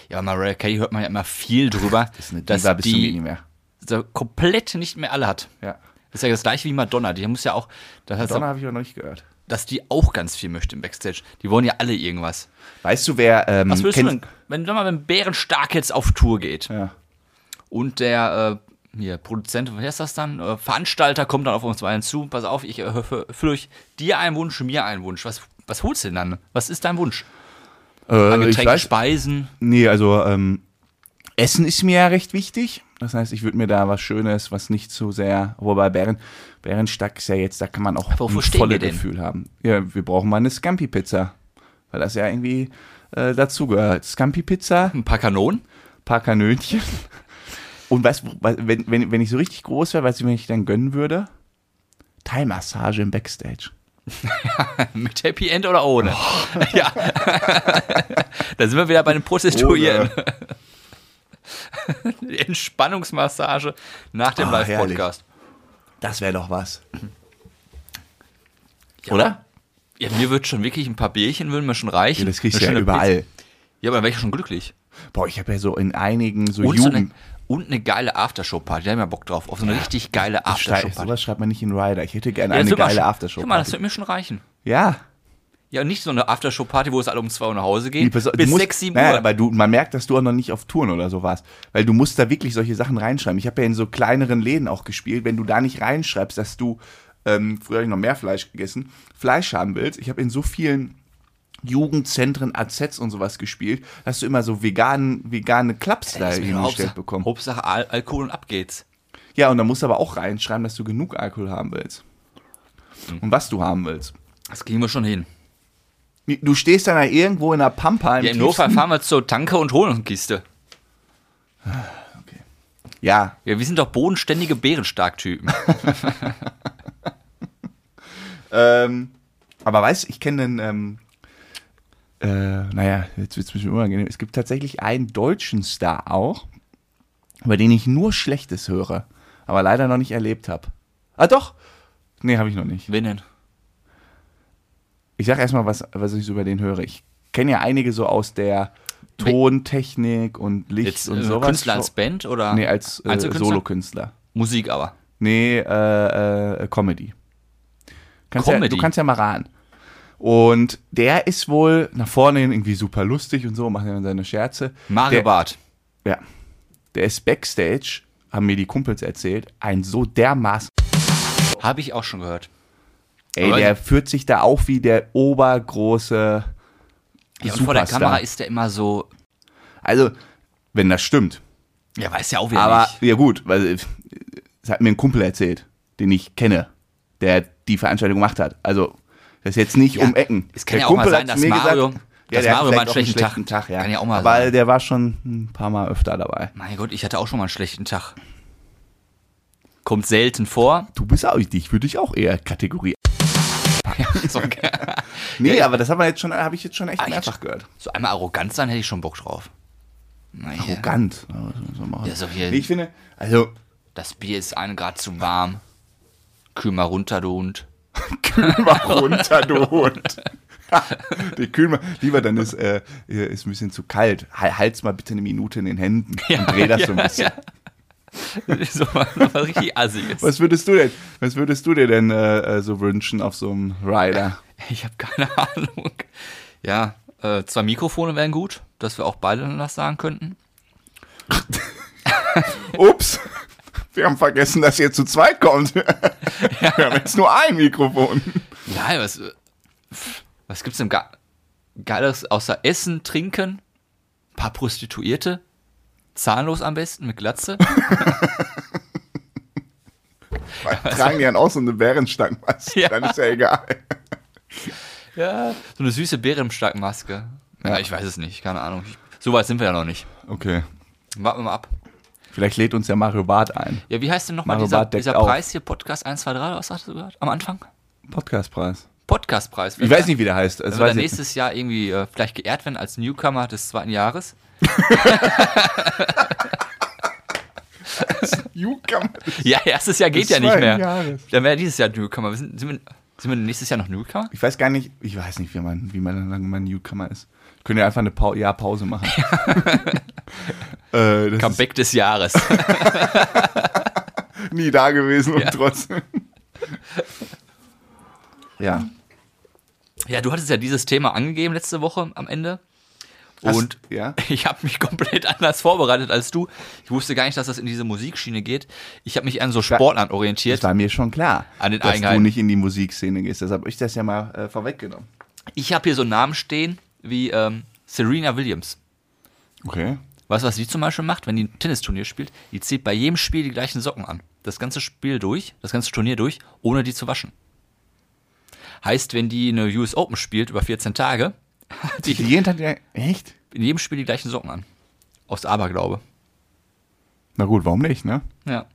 S2: Ja, aber Mariah Carey hört man ja immer viel drüber,
S1: Das ist eine
S2: dass
S1: Diva bis zum Geht
S2: die
S1: nicht mehr.
S2: so komplett nicht mehr alle hat.
S1: Ja.
S2: Das ist ja das gleiche wie Madonna. Die muss ja auch, das heißt,
S1: Sonne
S2: auch,
S1: habe ich auch noch nicht gehört.
S2: dass die auch ganz viel möchte im Backstage. Die wollen ja alle irgendwas.
S1: Weißt du, wer. Ähm,
S2: Was würdest du
S1: kennst-
S2: denn, wenn, sag mal, wenn Bärenstark jetzt auf Tour geht
S1: Ja.
S2: und der äh, hier, Produzent, wer ist das dann? Äh, Veranstalter kommt dann auf uns beiden zu. Pass auf, ich äh, erfülle euch dir einen Wunsch, mir einen Wunsch. Was, was holst du denn dann? Was ist dein Wunsch? An
S1: Äh, ich
S2: Getränken,
S1: weiß,
S2: Speisen?
S1: nee, also ähm, Essen ist mir ja recht wichtig. Das heißt, ich würde mir da was Schönes, was nicht so sehr. Wobei Bären, Bärenstack ist ja jetzt, da kann man auch
S2: wofür
S1: ein
S2: stehen wir
S1: volles
S2: denn?
S1: Gefühl haben. Ja, wir brauchen mal eine Scampi-Pizza. Weil das ja irgendwie äh, dazugehört. Scampi-Pizza,
S2: Ein paar Kanonen?
S1: paar Kanönchen. [LAUGHS] Und weißt du, wenn, wenn, wenn ich so richtig groß wäre, weißt du, wenn ich dann gönnen würde? Thai-Massage im
S2: [LAUGHS]
S1: Backstage.
S2: Mit Happy End oder ohne?
S1: Oh. [LAUGHS]
S2: Ja. da sind wir wieder bei den Prostituierten. Die Entspannungsmassage nach dem
S1: Ah,
S2: Live-Podcast.
S1: Das wäre doch was.
S2: Ja.
S1: Oder?
S2: Ja, mir wird schon wirklich ein paar Bierchen würden mir schon reichen.
S1: Ja, das kriegst du
S2: Eine
S1: ja
S2: schöne
S1: überall.
S2: Pizza. Ja, aber dann wäre ich schon glücklich.
S1: Boah, ich habe ja so in einigen so
S2: Und so eine,
S1: Jugend.
S2: und eine geile Aftershow-Party. Da haben wir Bock drauf. Auf so eine richtig geile
S1: Steig,
S2: Aftershow-Party.
S1: sowas schreibt man nicht in Rider. Ich hätte gerne
S2: Ja,
S1: eine
S2: sind wir
S1: geile
S2: schon-
S1: Aftershow.
S2: Guck mal, das wird mir schon reichen.
S1: ja.
S2: Ja, nicht so eine Aftershow-Party, wo es alle um 2 Uhr nach Hause
S1: Die
S2: geht.
S1: Person- du
S2: bis
S1: musst-
S2: 6, 7 Uhr.
S1: naja, Aber du, man merkt, dass du auch noch nicht auf Touren oder so warst. Weil du musst da wirklich solche Sachen reinschreiben. Ich habe ja in so kleineren Läden auch gespielt. Wenn du da nicht reinschreibst, dass du, ähm, früher habe ich noch mehr Fleisch gegessen, Fleisch haben willst. Ich habe in so vielen Jugendzentren, AZs und sowas gespielt, dass du immer so veganen, vegane Klaps da
S2: Ist mir
S1: hingestellt
S2: Hauptsache,
S1: bekommen.
S2: Hauptsache Al Alkohol und ab geht's.
S1: Ja, und da musst du aber auch reinschreiben, dass du genug Alkohol haben willst.
S2: Hm.
S1: Und was du haben willst.
S2: Das kriegen wir schon hin.
S1: Du stehst dann da irgendwo in der Pampa im
S2: Ja, im
S1: tiefsten-
S2: Notfall fahren wir zur Tanke und holen uns eine Kiste.
S1: Ja,
S2: Ja, wir sind doch
S1: [LAUGHS]
S2: bodenständige Bärenstark-Typen.
S1: Ähm, aber weißt du, ich kenne einen, ähm, äh, naja, jetzt wird es ein bisschen unangenehm. Es gibt tatsächlich einen deutschen Star auch, über den ich nur Schlechtes höre, aber leider noch nicht erlebt habe. Ah, doch! Nee, habe ich noch nicht.
S2: Wen denn?
S1: Ich sag erstmal, was, was ich so über den höre. Ich kenne ja einige so aus der Tontechnik und Licht
S2: Jetzt
S1: und
S2: äh,
S1: sowas.
S2: Künstler als Band oder?
S1: Nee, als äh,
S2: Einzelkünstler?
S1: Solokünstler.
S2: Musik aber.
S1: Nee, äh, äh, Comedy. Kannst Ja,
S2: Comedy?
S1: du kannst ja mal raten. Und der ist wohl nach vorne hin irgendwie super lustig und so, macht dann seine Scherze.
S2: Mario
S1: Der-
S2: Barth.
S1: Ja. Der ist Backstage, haben mir die Kumpels erzählt, ein so dermaßen.
S2: Habe ich auch schon gehört.
S1: Ey,
S2: Aber-
S1: der führt sich da auch wie der obergroße
S2: Ja, und vor der Kamera
S1: Superstar.
S2: ist der immer so.
S1: Also, wenn das stimmt.
S2: Ja, weiß ja auch wieder
S1: Aber
S2: nicht.
S1: ja gut, weil äh, es hat mir ein Kumpel erzählt, den ich kenne, der die Veranstaltung gemacht hat. Also das ist jetzt nicht
S2: Ja,
S1: um Ecken.
S2: es kann ja auch mal sein,
S1: hat's
S2: dass Mario- dass
S1: der hat vielleicht
S2: Mario mal einen
S1: auch einen
S2: schlechten Tag-
S1: schlechten Tag ja.
S2: kann ja auch mal
S1: Aber
S2: sein.
S1: der war schon ein paar Mal öfter dabei.
S2: Mein Gott, ich hatte auch schon mal einen schlechten Tag. Kommt
S1: [LAUGHS]
S2: selten vor.
S1: Du bist auch, ich würde dich auch eher Kategorie.
S2: Ja, so, [LAUGHS]
S1: Nee,
S2: ich-
S1: aber das habe ich jetzt schon, habe ich jetzt schon echt
S2: Ah, ich-
S1: mehrfach gehört.
S2: so einmal arrogant sein hätte ich schon Bock drauf. Naja,
S1: Arrogant. Ja, was soll man machen?
S2: Ja, so hier-
S1: Nee, ich finde, also
S2: Das Bier ist einen Grad zu warm. Kühl mal runter, du Hund.
S1: Kühlmann [LAUGHS] runter, du Hund. [LAUGHS] Die Kühlmann, lieber, dann ist, äh, ist ein bisschen zu kalt. Hal- Halt's mal bitte eine Minute in den Händen und dreh
S2: [LAUGHS]
S1: das so ein bisschen.
S2: so was, was richtig assiges.
S1: Was würdest du denn, was würdest du dir denn äh, äh, so wünschen auf so einem Rider?
S2: Ich habe keine Ahnung. Ja, äh, zwei Mikrofone wären gut, dass wir auch beide dann was sagen könnten.
S1: Ups, [LAUGHS] wir haben vergessen, dass ihr zu zweit kommt. [LAUGHS] Wir haben jetzt nur ein Mikrofon.
S2: Ja, was, äh, was gibt's denn Ge Geiles außer Essen, Trinken? Ein paar Prostituierte? Zahnlos am besten, mit
S1: [LAUGHS]
S2: Glatze?
S1: Tragen die dann auch so eine Bärenstange was?
S2: Ja.
S1: Dann ist ja egal.
S2: ja. So eine süße Bärenstarkmaske. Ja,
S1: Ja.
S2: ich weiß es nicht, keine Ahnung. Ich, so weit sind wir ja noch nicht.
S1: Okay,
S2: Warten wir mal ab.
S1: vielleicht lädt uns ja Mario Barth ein.
S2: Ja, wie heißt denn nochmal
S1: Mario
S2: dieser,
S1: Barth deckt
S2: dieser
S1: auf.
S2: Preis hier? Podcast 123, was hast du gehört? Am Anfang?
S1: Podcastpreis.
S2: Podcastpreis.
S1: Ich weiß nicht, wie der heißt. Das
S2: Wenn wir
S1: weiß
S2: dann
S1: ich.
S2: nächstes Jahr irgendwie äh, vielleicht geehrt werden als Newcomer des zweiten Jahres. [LAUGHS]
S1: You come-
S2: Ja, erstes Jahr geht
S1: Des
S2: ja nicht
S1: zweiten
S2: mehr.
S1: Jahres.
S2: Dann wäre dieses Jahr Newcomer. Wir sind, sind, wir, sind wir nächstes Jahr noch Newcomer?
S1: Ich weiß gar nicht, ich weiß nicht, wie man, wie man lange man Newcomer ist. Können ja einfach eine pa ja, Pause machen. [LAUGHS] äh, das
S2: Comeback des
S1: [LAUGHS]
S2: Jahres.
S1: ist nie da gewesen und trotzdem. [LAUGHS] ja.
S2: ja, du hattest ja dieses Thema angegeben letzte Woche am Ende.
S1: Hast-
S2: Und
S1: ja?
S2: [LAUGHS] ich habe mich komplett anders vorbereitet als du. Ich wusste gar nicht, dass das in diese Musikschiene geht. Ich habe mich an so Sportlern
S1: Das
S2: orientiert.
S1: war mir schon klar,
S2: An den
S1: dass
S2: Eigenheiten.
S1: du nicht in die Musikszene gehst. Deshalb habe ich das ja mal äh, vorweggenommen.
S2: Ich habe hier so Namen stehen wie ähm, Serena Williams.
S1: Okay.
S2: Weißt du, was die zum Beispiel macht, wenn die ein Tennisturnier spielt? Die zieht bei jedem Spiel die gleichen Socken an. Das ganze Spiel durch, das ganze Turnier durch, ohne die zu waschen. Heißt, wenn die eine US Open spielt über 14 Tage, hat
S1: Die
S2: die
S1: jeden Tag, ja, echt?
S2: in jedem Spiel die gleichen Socken an. Aus Aberglaube.
S1: Na gut, warum nicht, ne?
S2: Ja.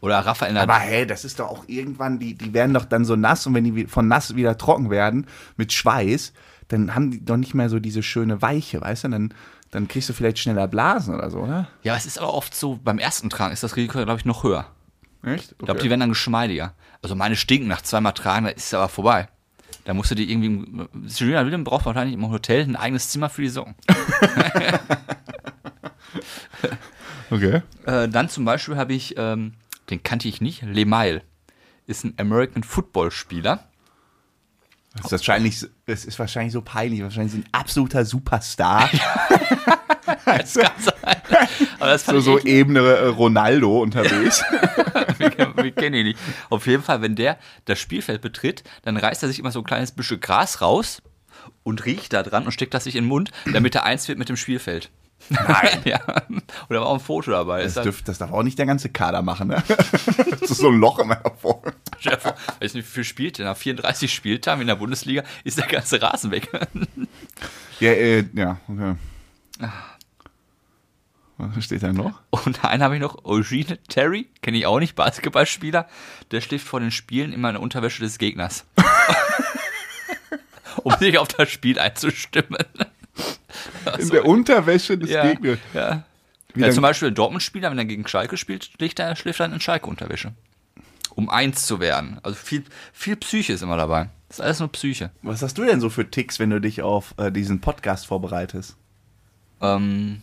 S2: Oder Raphael
S1: Aber
S2: Nadal.
S1: hey, das ist doch auch irgendwann, die, die werden doch dann so nass und wenn die wie- von nass wieder trocken werden mit Schweiß, dann haben die doch nicht mehr so diese schöne Weiche, weißt du? Dann, dann kriegst du vielleicht schneller Blasen oder so, oder?
S2: Ja, es ist aber oft so, beim ersten Tragen ist das Risiko, glaube ich, noch höher.
S1: Echt?
S2: Ich glaube, die werden dann geschmeidiger. Also meine stinken nach zweimal tragen, da ist es aber vorbei. Da musst du die irgendwie. im- Serena Williams braucht wahrscheinlich im Hotel ein eigenes Zimmer für die Socken.
S1: Okay.
S2: Äh, dann zum Beispiel habe ich, ähm, den kannte ich nicht, Lemail. Ist ein American Football Spieler.
S1: [LAUGHS] Das ist wahrscheinlich, es ist wahrscheinlich so peinlich. Wahrscheinlich ist ein absoluter
S2: [LAUGHS]
S1: Superstar.
S2: Das kann sein. Aber
S1: [LAUGHS]
S2: das
S1: so,
S2: fand
S1: so
S2: ich
S1: Ebene äh, Ronaldo unterwegs.
S2: echt, [LAUGHS] wir kennen ihn nicht. Auf jeden Fall, wenn der das Spielfeld betritt, dann reißt er sich immer so ein kleines Büschel Gras raus und riecht da dran und steckt das sich in den Mund, damit er eins wird mit dem Spielfeld. Nein. [LAUGHS] ja. Oder war auch ein Foto dabei.
S1: Das,
S2: Ist dann- [LAUGHS]
S1: dürft, das darf auch nicht der ganze Kader machen, ne? [LAUGHS] Das ist so ein Loch in meiner Form.
S2: Stell dir vor, weiß nicht, wie viel spielt der? Nach 34 Spieltagen in der Bundesliga ist der ganze Rasen weg.
S1: Ja, äh, ja, okay. Ah. Was steht da noch?
S2: Und einen habe ich noch, Eugene Terry, kenne ich auch nicht, Basketballspieler. Der schläft vor den Spielen immer in der Unterwäsche
S1: [LAUGHS]
S2: des Gegners. um sich auf das Spiel einzustimmen. Also,
S1: In der Unterwäsche des
S2: Ja,
S1: Gegners.
S2: ja.
S1: Wie
S2: ja
S1: dann-
S2: zum Beispiel ein Dortmund-Spieler, wenn er gegen Schalke spielt, schläft er, schläft er in Schalke-Unterwäsche. Um eins zu werden. Also viel, viel Psyche ist immer dabei. Das ist alles nur Psyche.
S1: Was hast du denn so für Ticks, wenn du dich auf äh, diesen Podcast vorbereitest?
S2: Ähm,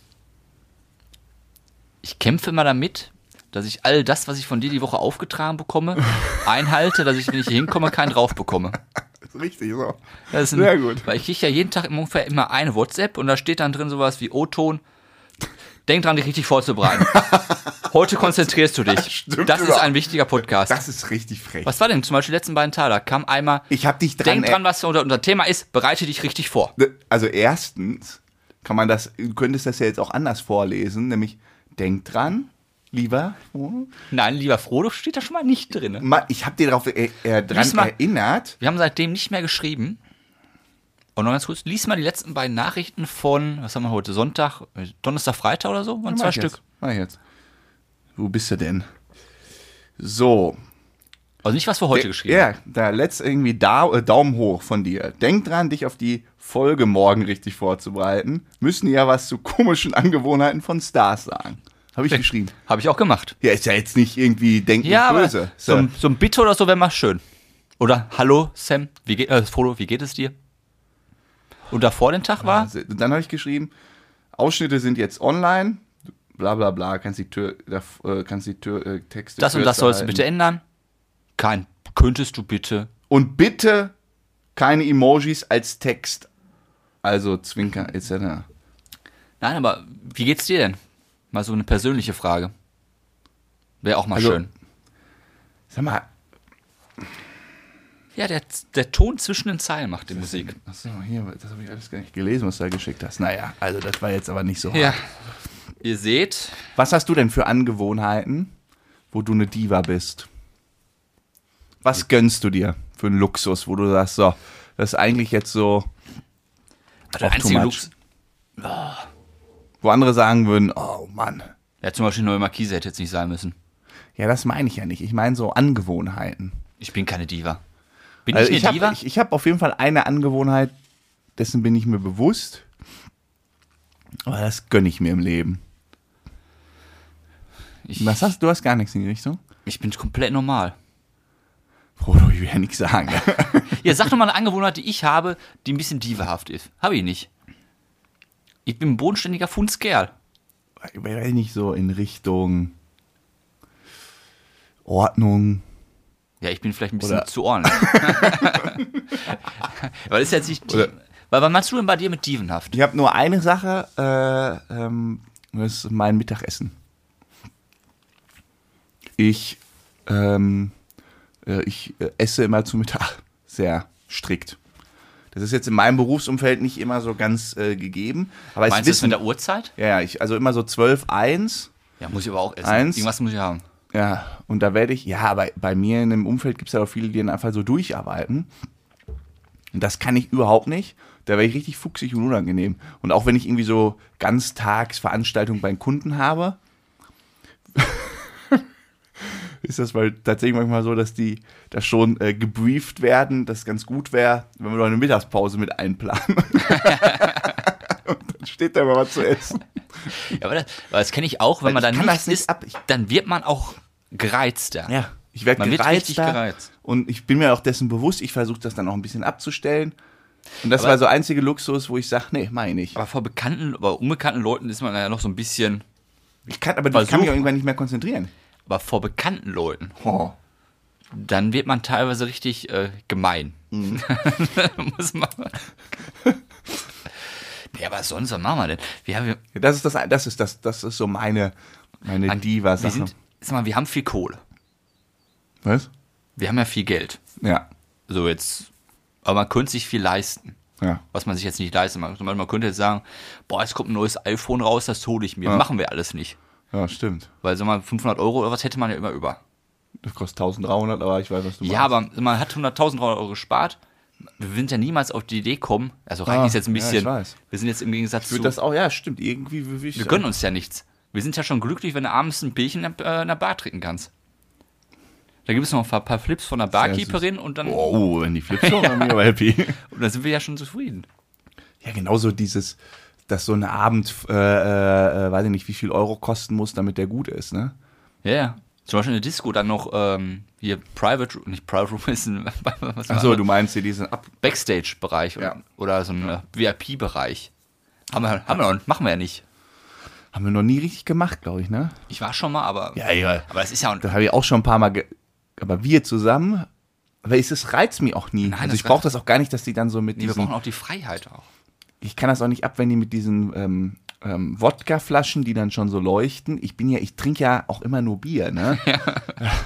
S2: ich kämpfe immer damit, dass ich all das, was ich von dir die Woche aufgetragen bekomme,
S1: [LAUGHS]
S2: einhalte, dass ich, wenn ich hier hinkomme, keinen drauf bekomme.
S1: Ist richtig so.
S2: Das ist ein,
S1: Sehr gut.
S2: Weil ich kriege ja jeden Tag im ungefähr immer eine WhatsApp und da steht dann drin sowas wie O-Ton. Denk dran, dich richtig
S1: [LAUGHS]
S2: vorzubereiten. Heute konzentrierst du dich.
S1: stimmt
S2: Das ist
S1: überhaupt.
S2: ein wichtiger Podcast.
S1: Das ist richtig frech.
S2: was war denn zum Beispiel die letzten beiden Tage? Da kam einmal,
S1: Ich hab dich dran.
S2: denk dran, was unser, unser Thema ist, bereite dich richtig vor.
S1: äh, Also erstens kann man das, du könntest das ja jetzt auch anders vorlesen, nämlich denk dran, lieber. hm.
S2: Nein, lieber Frodo, steht da schon mal nicht drin. Ne?
S1: Ma- Ich habe dir darauf äh, äh, dran
S2: Lies mal.
S1: erinnert.
S2: Wir haben seitdem nicht mehr geschrieben. Und noch ganz kurz, lies mal die letzten beiden Nachrichten von, was haben wir heute, Sonntag, äh, Donnerstag, Freitag oder so? Waren zwei
S1: Mach ich
S2: Stück.
S1: jetzt. Mach ich jetzt. Wo bist du denn? So,
S2: Also nicht was wir heute
S1: De-
S2: geschrieben haben.
S1: Ja, da letzt irgendwie da, äh, Daumen hoch von dir. Denk dran, dich auf die Folge morgen richtig vorzubereiten. Müssen die ja was zu komischen Angewohnheiten von Stars sagen. Habe
S2: [LAUGHS]
S1: ich geschrieben.
S2: Habe ich auch gemacht.
S1: Ja, ist ja jetzt nicht irgendwie denken
S2: Ja, aber
S1: böse.
S2: so, ein- so ein Bitte oder so wäre mal schön. Oder Hallo Sam, wie geht, äh, Frodo, wie geht es dir? Und davor den Tag war,
S1: Also, Dann habe ich geschrieben, Ausschnitte sind jetzt online. Bla bla bla, kannst die Tür, da, äh, kannst die Tür, äh, Texte.
S2: das und das
S1: kürzer
S2: sollst du
S1: halten.
S2: bitte ändern. Kein, könntest du bitte.
S1: Und bitte keine Emojis als Text. Also Zwinker etc.
S2: Nein, aber wie geht's dir denn? Mal so eine persönliche Frage. Wäre auch mal
S1: Also-
S2: schön.
S1: Sag mal,
S2: Ja, der, der Ton zwischen den Zeilen macht die Musik.
S1: Achso, hier, das habe ich alles gar nicht gelesen, was du da geschickt hast. Naja, also das war jetzt aber nicht so.
S2: Ja. Ah, Ihr seht,
S1: Was hast du denn für Angewohnheiten, wo du eine Diva bist? Was gönnst du dir für einen Luxus, wo du sagst, so, das ist eigentlich jetzt so,
S2: Also der
S1: Auch
S2: einzige
S1: too much.
S2: Lux. Oh.
S1: wo andere sagen würden, oh Mann.
S2: Ja, zum Beispiel neue Markise hätte jetzt nicht sein müssen.
S1: Ja, das meine ich ja nicht. Ich meine so Angewohnheiten.
S2: Ich bin keine Diva. Bin
S1: Also
S2: ich
S1: ich
S2: eine Diva?
S1: habe ich, ich hab auf jeden Fall eine Angewohnheit, dessen bin ich mir bewusst. Aber das gönne ich mir im Leben.
S2: ich,
S1: Was hast, du hast gar nichts in die Richtung?
S2: ich bin komplett normal.
S1: Frodo, ich will ja nichts sagen. [LAUGHS]
S2: Ja, sag doch mal eine Angewohnheit, die ich habe, die ein bisschen divahaft ist. Habe ich nicht. Ich bin ein bodenständiger Funskerl.
S1: ich weiß nicht, so in Richtung Ordnung.
S2: Ja, ich bin vielleicht ein bisschen
S1: Oder-
S2: zu ordentlich. [LAUGHS] Weil das ist jetzt nicht.
S1: Oder-
S2: Weil was meinst du denn bei dir mit dievenhaft?
S1: Ich habe nur eine Sache, äh, ähm, das ist mein Mittagessen. Ich, ähm, äh, ich äh, esse immer zu Mittag sehr strikt. Das ist jetzt in meinem Berufsumfeld nicht immer so ganz äh, gegeben, aber es
S2: Meinst du das
S1: wissen.
S2: mit der Uhrzeit?
S1: Ja, ja, ich, also immer so 12, 1.
S2: Ja, muss ich aber auch essen.
S1: Eins.
S2: Irgendwas muss ich haben.
S1: Ja, und da werde ich, ja, aber bei mir in dem Umfeld gibt es ja auch viele, die dann einfach so durcharbeiten. Und das kann ich überhaupt nicht. Da wäre ich richtig fuchsig und unangenehm. Und auch wenn ich irgendwie so Ganztagsveranstaltungen beim Kunden habe, [LAUGHS] ist das weil tatsächlich manchmal so, dass die da schon äh, gebrieft werden, dass es ganz gut wäre, wenn wir noch eine Mittagspause mit einplanen. [LAUGHS] und dann steht da mal was zu essen.
S2: Ja, aber das, aber das kenne ich auch, wenn man
S1: Ich
S2: dann
S1: kann
S2: nichts
S1: das nicht
S2: isst,
S1: ab. Ich-
S2: dann wird man auch gereizter.
S1: Ja, ich werde
S2: Man wird
S1: gereizt,
S2: richtig
S1: da
S2: gereizt.
S1: Und ich bin mir auch dessen bewusst, ich versuche das dann auch ein bisschen abzustellen. Und das
S2: Aber-
S1: war so einzige Luxus, wo ich sage, nee, meine ich.
S2: Aber vor bekannten, aber unbekannten Leuten ist man ja noch so ein bisschen
S1: Ich kann, aber ich kann
S2: Versuch.
S1: mich auch irgendwann nicht mehr konzentrieren.
S2: Aber vor bekannten Leuten,
S1: Oh.
S2: dann wird man teilweise richtig äh, gemein.
S1: Mhm.
S2: [LAUGHS] Muss man. [LAUGHS] nee, aber sonst, was machen wir denn? Wir haben, wir,
S1: Das ist das, das ist das, das ist so meine, meine
S2: wir,
S1: Diva-Sache.
S2: sind, sag mal, wir haben viel Kohle.
S1: Was?
S2: Wir haben ja viel Geld.
S1: Ja.
S2: So jetzt. Aber man könnte sich viel leisten.
S1: Ja.
S2: was man sich jetzt nicht leisten kann. Zum Beispiel, Man könnte jetzt sagen, boah, es kommt ein neues iPhone raus, das hole ich mir. Machen wir alles nicht.
S1: Ja, stimmt.
S2: Weil, sag mal, 500 Euro oder was hätte man ja immer über.
S1: Das kostet 1300, aber ich weiß, was du meinst.
S2: Ja, aber man hat 100.000 Euro gespart. Wir sind ja niemals auf die Idee gekommen. Also rein
S1: Ah,
S2: ist jetzt ein
S1: ja, ich
S2: bisschen.
S1: weiß.
S2: Wir sind jetzt im Gegensatz zu.
S1: Wird das auch, ja, stimmt. Irgendwie würde ich.
S2: wir gönnen uns ja nichts. Wir sind ja schon glücklich, wenn du abends ein Bierchen in der, äh, in der Bar trinken kannst. Da gibt es noch ein paar, paar Flips von der Barkeeperin und dann,
S1: Oh, wenn die Flips kommen, dann bin ich aber
S2: [LAUGHS]
S1: happy.
S2: und dann sind wir ja schon zufrieden.
S1: Ja, genauso dieses, dass so ein Abend, äh, äh, äh, weiß ich nicht, wie viel Euro kosten muss, damit der gut ist, ne?
S2: Ja, ja. Zum Beispiel in der Disco dann noch ähm, hier Private Room, nicht Private Room [LAUGHS] ist ein. was war
S1: Achso, du meinst hier diesen Ab.
S2: Backstage-Bereich
S1: Ja.
S2: oder, oder so ein äh, VIP-Bereich. Haben wir, haben wir noch, machen wir ja nicht.
S1: Haben wir noch nie richtig gemacht, glaube ich, ne?
S2: Ich war schon mal, aber.
S1: ja.
S2: Aber es ist ja. Ein,
S1: Das habe ich auch schon ein paar Mal. Ge aber wir zusammen. Aber es es reizt mich auch nie.
S2: Nein,
S1: also
S2: das
S1: ich brauche das auch gar nicht, dass die dann so mit
S2: nee, wir
S1: diesen.
S2: brauchen auch die Freiheit auch.
S1: Ich kann das auch nicht ab, wenn die mit diesen ähm, ähm, Wodkaflaschen, die dann schon so leuchten. Ich bin ja, ich trinke ja auch immer nur Bier,
S2: [LAUGHS]
S1: ne?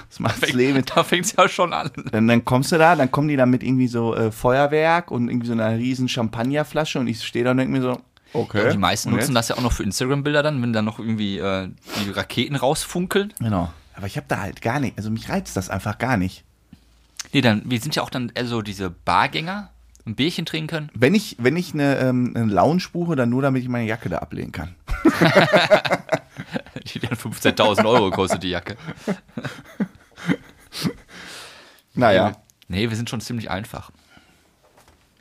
S1: Das macht das Leben
S2: Da fängt es ja schon an.
S1: Dann, dann kommst du da, dann kommen die da mit irgendwie so äh, Feuerwerk und irgendwie so einer riesen Champagnerflasche und ich stehe da und denke mir so, okay.
S2: Die meisten
S1: und
S2: nutzen
S1: jetzt?
S2: das ja auch noch für Instagram-Bilder dann, wenn dann noch irgendwie äh, die Raketen rausfunkeln.
S1: Genau. Aber ich habe da halt gar nicht, also mich reizt das einfach gar nicht.
S2: Nee, dann, wir sind ja auch dann eher so diese Bargänger, ein Bierchen trinken können. [LAUGHS]
S1: Wenn ich, wenn ich eine, ähm, eine Lounge buche, dann nur, damit ich meine Jacke da ablehnen kann.
S2: Die dann 15.000 Euro kostet, die Jacke.
S1: Naja.
S2: Nee, wir sind schon ziemlich einfach.
S1: Äh,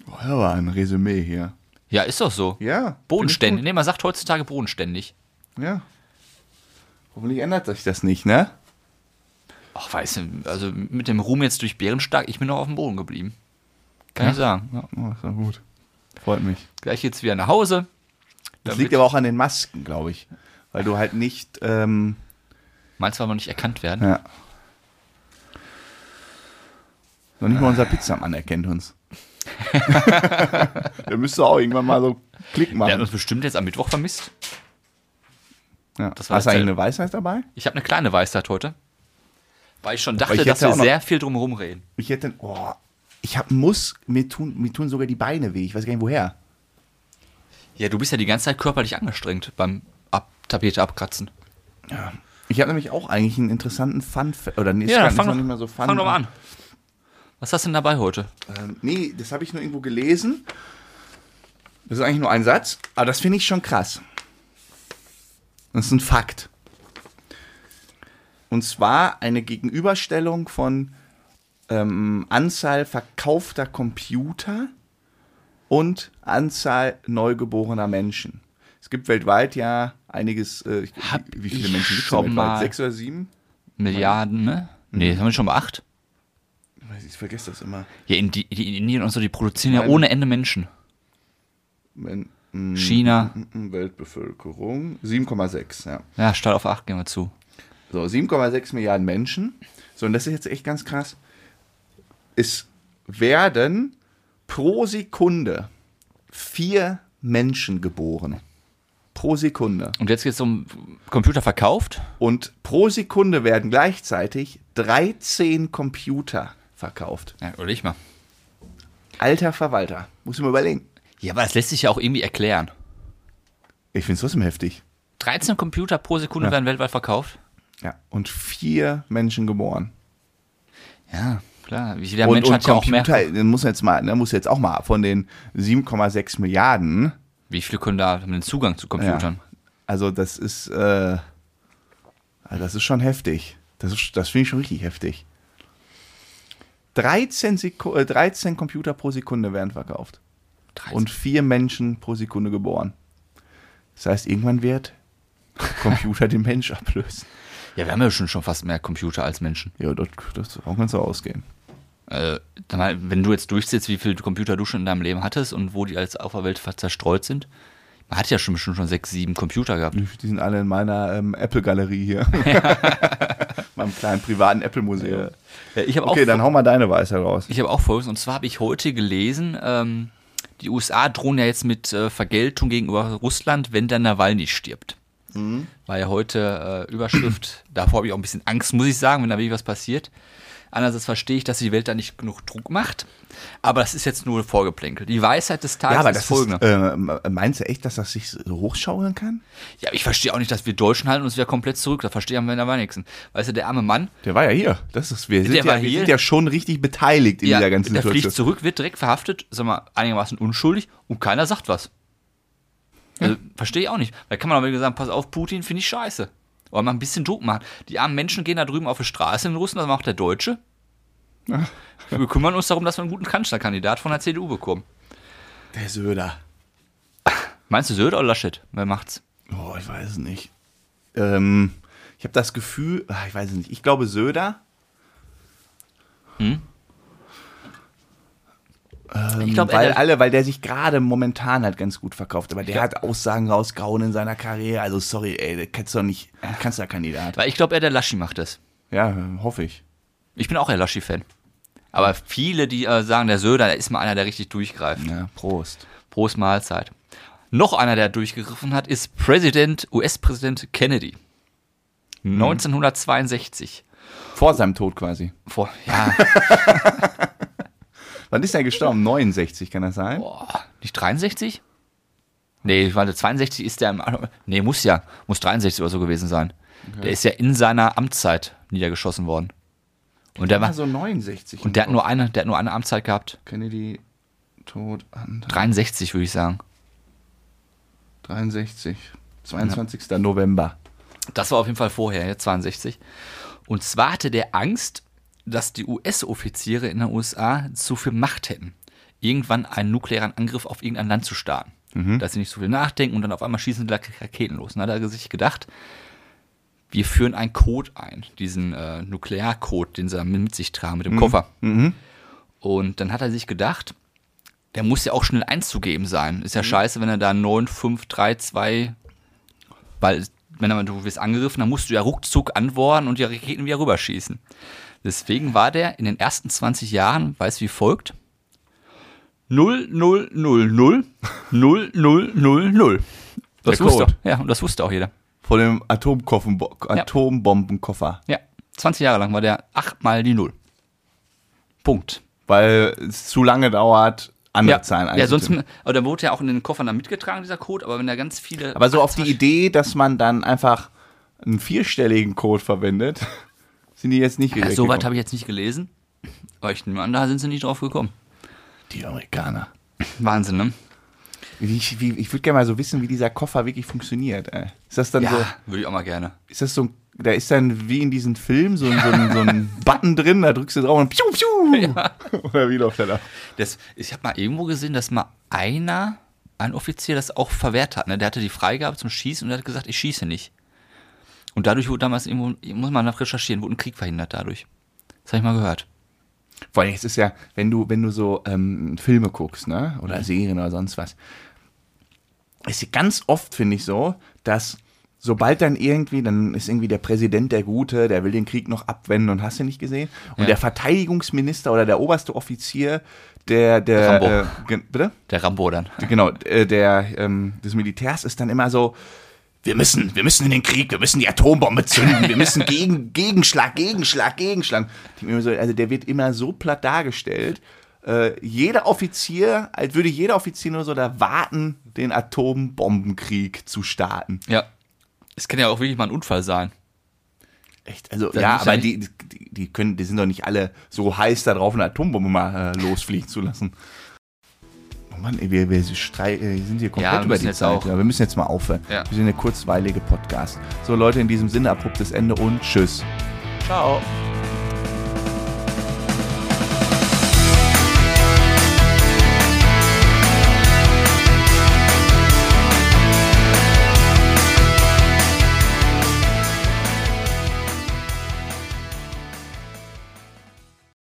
S1: Boah, aber ein Resümee hier.
S2: Ja, ist doch so.
S1: Ja.
S2: Bodenständig. Nee, man sagt heutzutage bodenständig.
S1: Ja. Hoffentlich ändert sich das nicht, ne?
S2: Ach, weiß nicht, also mit dem Ruhm jetzt durch Bärenstark, ich bin noch auf dem Boden geblieben. Kann ich sagen.
S1: Ja, oh, ist doch gut. Freut mich.
S2: Gleich jetzt wieder nach Hause.
S1: Das
S2: Damit-
S1: liegt aber auch an den Masken, glaube ich. Weil du halt nicht, ähm,
S2: Meinst du, weil wir nicht erkannt werden?
S1: Ja. Noch nicht mal unser Pizzamann erkennt
S2: [LAUGHS]
S1: uns. [LAUGHS] Der müsste auch irgendwann mal so Klick
S2: Der hat
S1: machen.
S2: uns bestimmt jetzt am Mittwoch vermisst.
S1: Ja.
S2: das war
S1: Hast du eigentlich
S2: jetzt der-
S1: eine Weisheit dabei?
S2: Ich habe eine kleine Weisheit heute. Weil ich schon dachte,
S1: ich hätte
S2: dass wir
S1: auch noch-
S2: sehr viel drumherum reden.
S1: Ich hätte, oh, ich hab, muss, mir tun, mir tun sogar die Beine weh. Ich weiß gar nicht woher.
S2: Ja, du bist ja die ganze Zeit körperlich angestrengt beim Ab Tapete abkratzen.
S1: Ich habe nämlich auch eigentlich einen interessanten Fun, oder nee,
S2: ja,
S1: ist
S2: fang,
S1: noch
S2: doch-
S1: nicht mal so Fun.
S2: fang doch mal an. Was hast du denn dabei heute?
S1: Ähm, nee, das habe ich nur irgendwo gelesen. Das ist eigentlich nur ein Satz, aber das finde ich schon krass. Das ist ein Fakt. Und zwar eine Gegenüberstellung von ähm, Anzahl verkaufter Computer und Anzahl neugeborener Menschen. Es gibt weltweit ja einiges. Äh, ich-
S2: Hab
S1: wie viele
S2: ich
S1: Menschen gibt es
S2: schon
S1: weltweit?
S2: mal-
S1: Sechs oder sieben?
S2: Milliarden, ne?
S1: Mhm.
S2: Nee, haben wir schon mal acht?
S1: Ich weiß, Ich vergesse das immer.
S2: Ja, in, die, die, in Indien und so, die produzieren
S1: Nein. Mhm.
S2: ja ohne Ende Menschen.
S1: Wenn, hm, mh,
S2: China.
S1: mh, mh, Weltbevölkerung 7,6, ja.
S2: Ja, statt auf acht gehen wir zu.
S1: So, 7,6 Milliarden Menschen. So, und das ist jetzt echt ganz krass. Es werden pro Sekunde vier Menschen geboren. Pro Sekunde.
S2: Und jetzt geht es um Computer verkauft.
S1: Und pro Sekunde werden gleichzeitig 13 Computer verkauft.
S2: Ja, oder ich mal.
S1: Alter Verwalter. Muss ich mir überlegen.
S2: Ja, aber das lässt sich ja auch irgendwie erklären.
S1: Ich finde es trotzdem heftig.
S2: 13 Computer pro Sekunde werden weltweit verkauft.
S1: Ja. Und vier Menschen geboren.
S2: Ja, klar. Wie Der
S1: und
S2: Mensch
S1: und
S2: hat ja auch
S1: Computer,
S2: mehr.
S1: den muss jetzt mal, ne, muss jetzt auch mal von den 7,6 Milliarden.
S2: Wie viele können da haben den Zugang zu Computern?
S1: Ja. Also das ist, äh, also das ist schon heftig. Das, ist- das finde ich schon richtig heftig. 13, Seku äh, 13 Computer pro Sekunde werden verkauft
S2: 13.
S1: und vier Menschen pro Sekunde geboren. Das heißt, irgendwann
S2: [LAUGHS]
S1: wird Computer den Mensch ablösen.
S2: ja, wir haben ja schon, schon fast mehr Computer als Menschen.
S1: Ja, das, das davon kannst du ausgehen.
S2: Äh, dann mal, wenn du jetzt durchsitzt, wie viele Computer du schon in deinem Leben hattest und wo die als auf der Welt ver- zerstreut sind. Ich Man hat ja schon, schon, schon sechs, sieben Computer gehabt.
S1: Die sind alle in meiner ähm, Apple-Galerie
S2: [LAUGHS]
S1: hier. [LAUGHS] Meinem kleinen privaten Apple-Museum.
S2: Ja, Äh, ich habe
S1: Okay,
S2: auch,
S1: dann hau mal deine Weiße raus.
S2: ich habe auch Folgendes. Und zwar habe ich heute gelesen, ähm, die USA drohen ja jetzt mit äh, Vergeltung gegenüber Russland, wenn der Nawalny stirbt.
S1: Mhm.
S2: War ja heute äh, Überschrift. Davor habe ich auch ein bisschen Angst, muss ich sagen, wenn da wirklich was passiert. Andererseits verstehe ich, dass die Welt da nicht genug Druck macht. Aber das ist jetzt nur Vorgeplänkel. Die Weisheit des Tages
S1: Ja, aber
S2: ist
S1: das
S2: folgende.
S1: ist, äh, meinst du echt, dass das sich so hochschaukeln kann?
S2: Ja, ich verstehe auch nicht, dass wir Deutschen halten uns wieder komplett zurück. Da verstehe wir aber nichts. Weißt du, der arme Mann,
S1: Der war ja hier. Das ist, wir sind,
S2: Der
S1: ja,
S2: war
S1: wir
S2: hier.
S1: sind ja schon richtig beteiligt in
S2: ja,
S1: dieser ganzen
S2: der fliegt
S1: Situation.
S2: zurück, wird direkt verhaftet, sag mal, einigermaßen unschuldig und keiner sagt was. Also, verstehe ich auch nicht. Da kann man aber wieder sagen, pass auf, Putin finde ich scheiße. Oder mal ein bisschen Druck machen. Die armen Menschen gehen da drüben auf die Straße in Russland, das macht der Deutsche. Wir kümmern uns darum, dass wir einen guten Kanzlerkandidat von der CDU bekommen.
S1: Der Söder.
S2: Meinst du Söder oder Laschet? Wer macht's?
S1: Oh, ich weiß es nicht. Ähm, ich habe das Gefühl, ah, ich weiß es nicht. Ich glaube Söder. Ähm,
S2: Hm? Ich glaub,
S1: weil
S2: er-
S1: alle, weil der sich gerade momentan halt ganz gut verkauft, aber der hat Aussagen rausgehauen in seiner Karriere. Also sorry, ey, der kannst doch nicht Kanzlerkandidat.
S2: Weil ich glaube, er der Laschi macht das.
S1: Ja, hoffe ich.
S2: Ich bin auch eher Laschi-Fan. Aber viele, die äh, sagen, der Söder, der ist mal einer, der richtig durchgreift.
S1: Ja, Prost.
S2: Prost Mahlzeit. Noch einer, der durchgegriffen hat, ist Präsident, US-Präsident Kennedy. 1962.
S1: Vor seinem Tod quasi.
S2: Vor, ja,
S1: Wann ist er gestorben? 69, kann das sein?
S2: boah, nicht 63? Nee, warte, 62 ist der im, nee, muss ja, muss 63 oder so gewesen sein. Der ist ja in seiner Amtszeit niedergeschossen worden. Und der war,
S1: Also 69.
S2: und der hat nur eine, der hat nur eine Amtszeit gehabt.
S1: Kennedy tot an
S2: 63, würde ich sagen.
S1: 63. 22. November.
S2: Das war auf jeden Fall vorher, ja, 62. Und zwar hatte der Angst, dass die US-Offiziere in den USA zu viel Macht hätten, irgendwann einen nuklearen Angriff auf irgendein Land zu starten. Dass sie nicht so viel nachdenken und dann auf einmal schießen die Raketen los. Und dann hat er sich gedacht, wir führen einen Code ein, diesen äh, Nuklearcode, den sie dann mit sich tragen,
S1: Mhm.
S2: mit dem Koffer. Und dann hat er sich gedacht, der muss ja auch schnell einzugeben sein.
S1: Mhm.
S2: Ist ja scheiße, wenn er da 9, 5, 3, 2, weil wenn er- du wirst angegriffen, dann musst du ja ruckzuck antworten und die Raketen wieder rüberschießen. Deswegen war der in den ersten 20 Jahren, weiß wie folgt, 0, 0, 0, 0, 0, 0, 0, 0. Das
S1: Der
S2: wusste,
S1: Code.
S2: ja, und das wusste auch jeder.
S1: Vor dem Atomkoffer, Atombombenkoffer.
S2: Ja, 20 Jahre lang war der achtmal die Null. Punkt.
S1: Weil es zu lange dauert, andere
S2: Ja,
S1: Zahlen
S2: ja sonst,
S1: einzutippen.
S2: aber der wurde ja auch in den Koffern dann mitgetragen, dieser Code, aber wenn da ganz viele.
S1: Aber so auf die Idee, dass man dann einfach einen vierstelligen Code verwendet, [LAUGHS] sind die jetzt nicht
S2: Ja,
S1: direkt
S2: so weit
S1: gekommen.
S2: habe ich jetzt nicht gelesen, aber ich nehme an, da sind sie nicht drauf gekommen.
S1: Die Amerikaner.
S2: Wahnsinn, ne?
S1: Ich, wie, ich würde gerne mal so wissen, wie dieser Koffer wirklich funktioniert. Ey. Ist das dann so,
S2: Ja, würde ich auch mal gerne.
S1: ist das so, ein- da ist dann wie in diesen Filmen so, ein- so, ein, so
S2: [LAUGHS]
S1: ein Button drin, da drückst du drauf und piu, piu. [LAUGHS] Oder wie läuft der da?
S2: Das, ich habe mal irgendwo gesehen, dass mal einer, ein Offizier, das auch verwehrt hat. Ne? Der hatte die Freigabe zum Schießen und der hat gesagt, ich schieße nicht. Und dadurch wurde damals irgendwo, muss man nach recherchieren, wurde ein Krieg verhindert dadurch. Das habe ich mal gehört.
S1: Vor allem, es ist ja, wenn du, wenn du so ähm, Filme guckst, ne?
S2: Mhm.
S1: Oder Serien oder sonst was, ist ganz oft, finde ich, so, dass sobald dann irgendwie, dann ist irgendwie der Präsident der Gute, der will den Krieg noch abwenden und hast du nicht gesehen. Und
S2: Ja.
S1: der Verteidigungsminister oder der oberste Offizier, der, der,
S2: Rambo.
S1: äh, gen- bitte?
S2: Der Rambo dann.
S1: [LAUGHS] genau, äh, der, ähm, des Militärs ist dann immer so, wir müssen, wir müssen in den Krieg, wir müssen die Atombombe zünden, wir müssen gegen, Gegenschlag, Gegenschlag, Gegenschlag. Ich denk mir immer so, Also der wird immer so platt dargestellt. Äh, jeder Offizier, als würde jeder Offizier nur so da warten, den Atombombenkrieg zu starten.
S2: Ja. Es kann ja auch wirklich mal ein Unfall sein.
S1: Echt, also
S2: Das
S1: ja,
S2: muss ja
S1: aber die, die, die können, die sind doch nicht alle so heiß da drauf, eine Atombombe mal äh, losfliegen zu lassen. Oh Mann, ey, wir, wir strei- äh, sind hier komplett
S2: Ja, wir
S1: über
S2: müssen
S1: die
S2: jetzt
S1: Zeit.
S2: auch.
S1: Ja, wir müssen jetzt mal aufhören.
S2: Ja.
S1: Wir sind eine kurzweilige Podcast. So Leute, in diesem Sinne abruptes Ende und tschüss.
S2: Ciao.